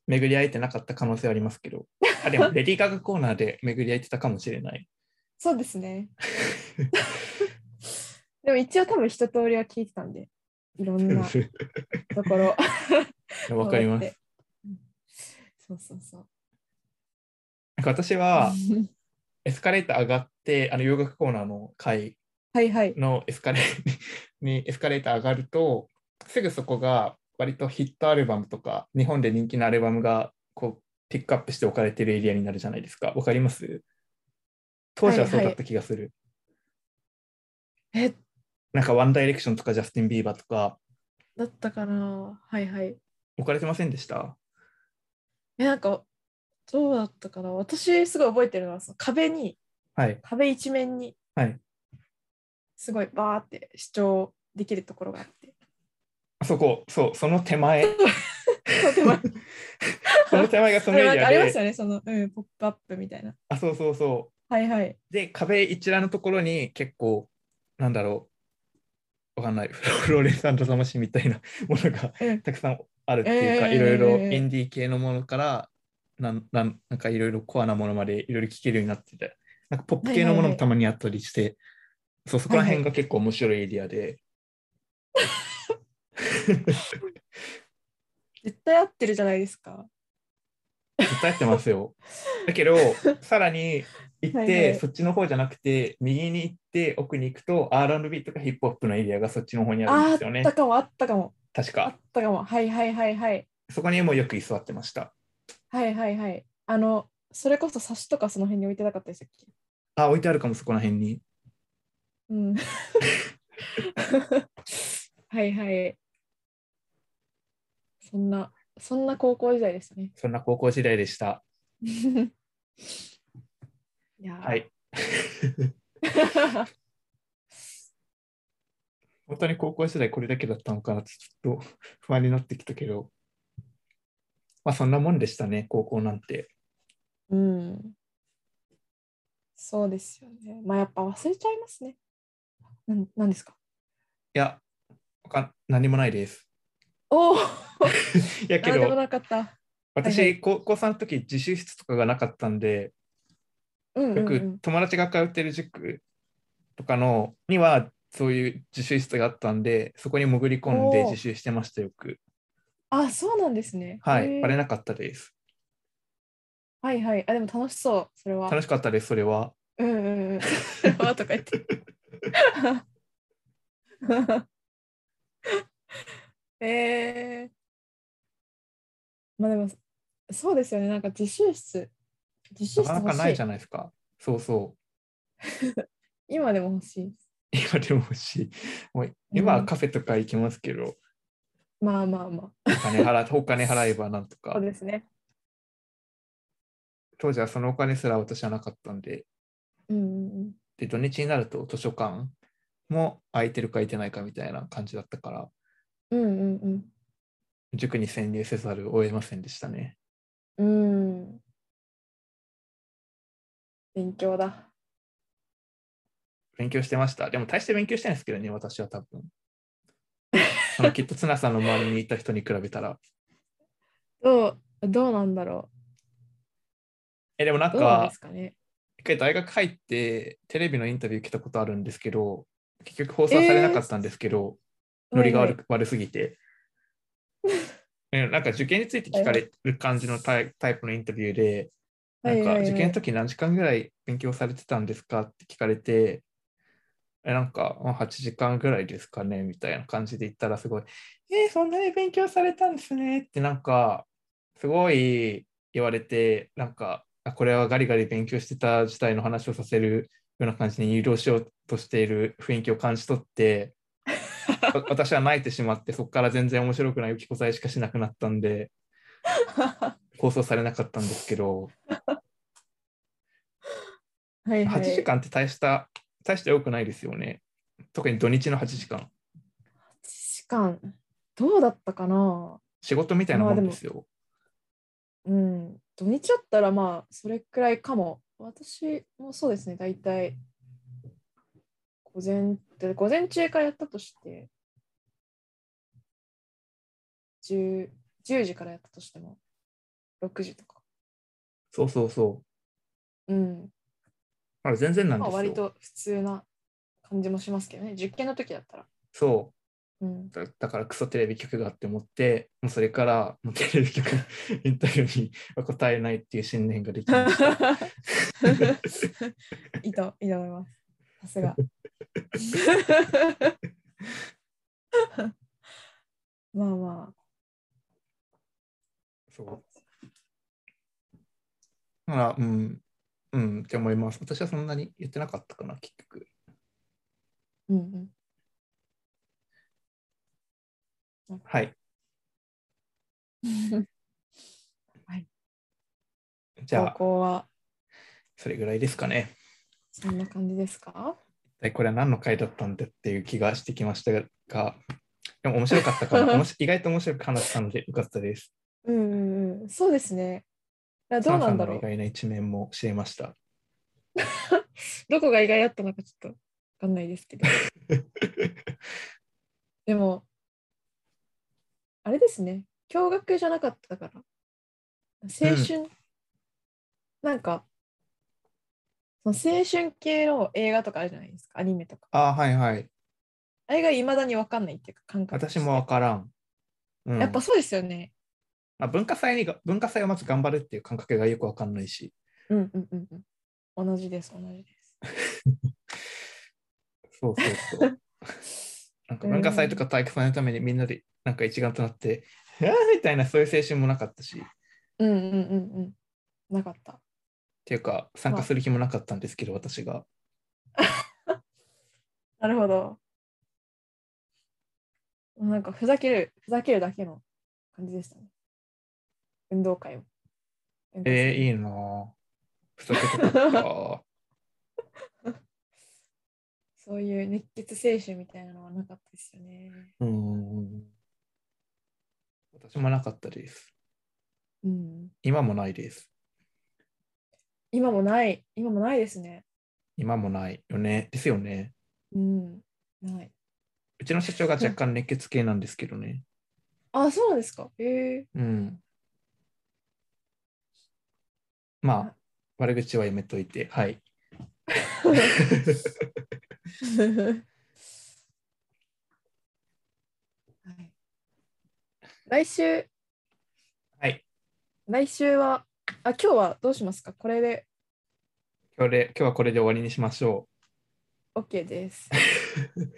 Speaker 2: 巡り合えてなかった可能性はありますけど、あ でもレディー・ガガコーナーで巡り合えてたかもしれない。
Speaker 1: そうです ね。でも一応多分一通りは聞いてたんで、いろんなところ。
Speaker 2: わかります。
Speaker 1: うん。 そうそうそう。
Speaker 2: なんか私はエスカレーター上がって、あの洋楽コーナーの階
Speaker 1: はいはい。
Speaker 2: のエスカレに エスカレーター上がると、すぐそこが割とヒットアルバムとか、日本で人気のアルバムがこうピックアップして置かれてるエリアになるじゃないですか。わかります当時はそうだった気がする。
Speaker 1: え、
Speaker 2: なんかワンダイレクションとかジャスティン・ビーバーとか
Speaker 1: だったかなはいはい。
Speaker 2: 置かれてませんでした
Speaker 1: え、なんか、どうだったかな私すごい覚えてるのは、その壁に、
Speaker 2: はい。
Speaker 1: 壁一面に、
Speaker 2: はい
Speaker 1: すごいバーって主張できるところがあ って。
Speaker 2: あそこ、そう、その手 前、
Speaker 1: そうでも
Speaker 2: その手前がそのエ
Speaker 1: あ
Speaker 2: リ
Speaker 1: れなんかあり
Speaker 2: ア
Speaker 1: ます
Speaker 2: で、
Speaker 1: よね、その、うん、ポップアップみたいな。
Speaker 2: あ、そうそうそ
Speaker 1: はいはい。
Speaker 2: う。で、壁一覧のところに結構、なんだろう、わかんない、フロフローレンス魂みたいな ものが
Speaker 1: うん
Speaker 2: たくさんあるっていうか、
Speaker 1: えー
Speaker 2: いろいろインディー系のものから、なんなんなんかいろいろコアなものまでいろいろ聴けるようになってて、なんかポップ系のものもたまにあったりして、そう、そこら辺が結構面白いエリアで、
Speaker 1: 絶対合ってるじゃないですか。
Speaker 2: 絶対合ってます よ。だけど、さらに行って、
Speaker 1: はいはい
Speaker 2: そっちの方じゃなくて、右に行って、奥に行くと、R&B とかヒップホップのエリアがそっちの方にあるん
Speaker 1: あ
Speaker 2: で
Speaker 1: っ
Speaker 2: すよね
Speaker 1: た。かも、あったかも、
Speaker 2: 確
Speaker 1: あ
Speaker 2: か
Speaker 1: っ。たかも。はいはいはいはい。
Speaker 2: そこにもうよく居座ってました。
Speaker 1: はいはいはい。あの、それこそ冊子とかその辺に置いてなかったでしたっけ
Speaker 2: あ、置いてあるかも、そこら辺に。
Speaker 1: うん。 はいはい。そんな、そんな高校時代でしたね。
Speaker 2: そんな高校時代でした。
Speaker 1: いやー
Speaker 2: は。い。本当に高校時代これだけだったのかなってちょっと不安になってきたけど、まあそんなもんでしたね、高校なんて。
Speaker 1: うん。そうですよね。まあやっぱ忘れちゃいますね。なんなんですか
Speaker 2: いや、わかん何もないです。
Speaker 1: おお
Speaker 2: いやけ
Speaker 1: 何で
Speaker 2: ど
Speaker 1: も、なかった。
Speaker 2: 私、
Speaker 1: はいはい
Speaker 2: 高校3の時自習室とかがなかったんで、
Speaker 1: うんう
Speaker 2: よ
Speaker 1: んう
Speaker 2: く
Speaker 1: ん。
Speaker 2: 友達が通ってる塾とかのにはそういう自習室があったんで、そこに潜り込んで
Speaker 1: おー
Speaker 2: 自習してましたよく。
Speaker 1: あ、そうなんですね。
Speaker 2: は
Speaker 1: へ
Speaker 2: い、
Speaker 1: ー
Speaker 2: バレなかったです。
Speaker 1: はいはい。あ、でも楽しそう、それは。
Speaker 2: 楽しかったです、それは。
Speaker 1: うん うんうん。それはとか言って。 えー。まあでも、そうですよね。なんか自習室。自習室
Speaker 2: なかな
Speaker 1: 欲
Speaker 2: かない
Speaker 1: し
Speaker 2: じ
Speaker 1: い
Speaker 2: ゃ。ないですか。そうそう。
Speaker 1: 今でも欲しい。
Speaker 2: 今でも欲しい。もう今はカフェとか行きますけど、
Speaker 1: まあまあまあ。
Speaker 2: お金払 お金払えばなんと
Speaker 1: そ
Speaker 2: か
Speaker 1: う。ですね。
Speaker 2: 当時はそのお金すら私はなかったんで、
Speaker 1: うんうんうん。
Speaker 2: で土日になると図書館も空いてるか空いてないかみたいな感じだったから、
Speaker 1: うんうん
Speaker 2: 塾に潜入せざるを得ませんでしたね。
Speaker 1: うん。うん。勉強だ。
Speaker 2: 勉強してました。でも大して勉強してないですけどね、私は多分。 そのきっと綱さんの周りにいた人に比べたら。
Speaker 1: どうどうなんだろ
Speaker 2: え、でもなん
Speaker 1: うどうなん
Speaker 2: か
Speaker 1: で、すかね
Speaker 2: 一回大学入ってテレビのインタビュー来たことあるんですけど、結局放送はされなかったんですけど、ノリが悪,、悪すぎ て。うんなんか受験について聞かれる感じのタイタイプのインタビューで、
Speaker 1: は
Speaker 2: ないん
Speaker 1: はいは
Speaker 2: か
Speaker 1: いはい
Speaker 2: 受験の時何時間ぐらい勉強されてたんですかって聞かれて、えなんかまあ8時間ぐらいですかねみたいな感じで言ったらすごい、えーそんなに勉強されたんですねってなんかすごい言われて、なんかあこれはガリガリ勉強してた時代の話をさせるような感じに誘導しようとしている雰囲気を感じ取って、わ私は泣いてしまって、そこから全然面白くない浮き答えしかしなくなったんで、放送されなかったんですけど。
Speaker 1: はいはい、
Speaker 2: 8時間って大した、大して多くないですよね。特に土日の8時間。
Speaker 1: 8時間どうだったかな
Speaker 2: 仕事みたいなもんですよ。
Speaker 1: うん土日だったらまあそれくらいかも私もそうですね大体午前で午前中からやったとして 10, 10時からやったとしても6時とか
Speaker 2: そうそうそう。
Speaker 1: うん
Speaker 2: まあ、全然なん
Speaker 1: ま
Speaker 2: で
Speaker 1: あ
Speaker 2: す
Speaker 1: 割
Speaker 2: よ。
Speaker 1: と普通な感じもしますけどね受験の時だったら
Speaker 2: そ
Speaker 1: うん
Speaker 2: うだ。だからクソテレビ局があって思って、もうそれからもうテレビ局 インタビューには答えないっていう信念ができ ました。
Speaker 1: いいといいと思います。さすが。 まあま
Speaker 2: そう。だから、うん。うんって思います。私はそんなに言ってなかったかな、結局。
Speaker 1: あ。うん
Speaker 2: はい。
Speaker 1: うん、
Speaker 2: じゃ
Speaker 1: 投
Speaker 2: あ、
Speaker 1: 稿は
Speaker 2: それぐらいですかね。
Speaker 1: そんな感じですか
Speaker 2: 一体これは何の回だったんだっていう気がしてきましたが、でも面白かったか な。おもし意外と面白く話したのでよかったです。
Speaker 1: うんうんうん。そうですね。だからどうなんだろ
Speaker 2: サ
Speaker 1: う
Speaker 2: ンさ。の意外な一面も知れました。
Speaker 1: どこが意外だったのかちょっと分かんないです けど。でも、あれですね、驚愕じゃなかったから、青春、なんか、その青春系の映画とかあるじゃないですか、アニメとか。
Speaker 2: ああ、はいはい。
Speaker 1: あれがいまだに分かんないっていうか、感覚として
Speaker 2: 私もわからん。うん
Speaker 1: やっぱそうですよね。
Speaker 2: まあ、文化祭にが、文化祭をまず頑張るっていう感覚がよくわかんないし、
Speaker 1: うんうんうんうん。同じです、同じです。
Speaker 2: そうそうそう。 なんか文化祭とか体育祭のためにみんなでなんか一丸となって、えーみたいなそういう青春もなかったし、っ
Speaker 1: うんうんうんうん。なかった。
Speaker 2: ていうか参加する気もなかったんですけど、私が。
Speaker 1: なるほど。なんかふざける、ふざけるだけの感じでしたね。運動会を。
Speaker 2: えー、いいなぁ。ふざけてたかった。
Speaker 1: そういう熱血青春みたいなのはなかったですよね。
Speaker 2: うーん。私もなかったです。
Speaker 1: うん。
Speaker 2: 今もないです。
Speaker 1: 今もない、今もないですね。
Speaker 2: 今もないよね。ですよね。
Speaker 1: うん。ない。
Speaker 2: うちの社長が若干熱血系なんですけどね。
Speaker 1: あ、そうなんですか。ええ
Speaker 2: うん。まあ、悪口はやめといて。はい。
Speaker 1: はい、来週、
Speaker 2: はい。
Speaker 1: 来週は、あ、今日はどうしますかこれで
Speaker 2: 今日で、今日はこれで終わりにしましょ
Speaker 1: OK です。
Speaker 2: う。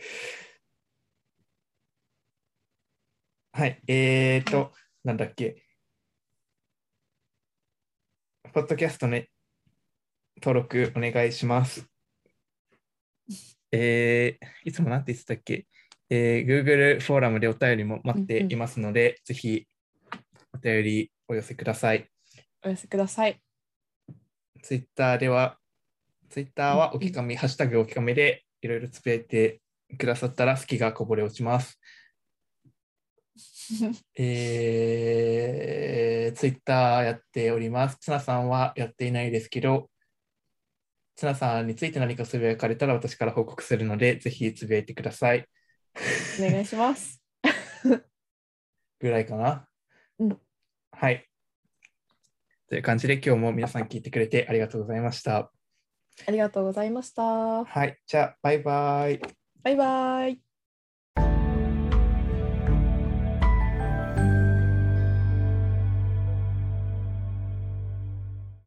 Speaker 2: はい。えーと、なんだっけ。ポッドキャストね、登録お願いします。えーいつもなんて言ってたっけ、えー ?Google フォーラムでお便りも待っていますので、ぜひお便りお寄せください。
Speaker 1: お寄せください。
Speaker 2: Twitter では、Twitter はおきかみ、ハッシュタグおきかみでいろいろつぶやいてくださったら好きがこぼれ落ちます。えー、ツイッターやっております。ツナさんはやっていないですけど、ツナさんについて何かつぶやかれたら私から報告するので、ぜひつぶやいてください。
Speaker 1: お願いします。
Speaker 2: ぐらいかな。
Speaker 1: うん
Speaker 2: はい。という感じで今日も皆さん聞いてくれてありがとうございました。
Speaker 1: ありがとうございました。
Speaker 2: はい。じゃあ、バイバイ。
Speaker 1: バイバイ。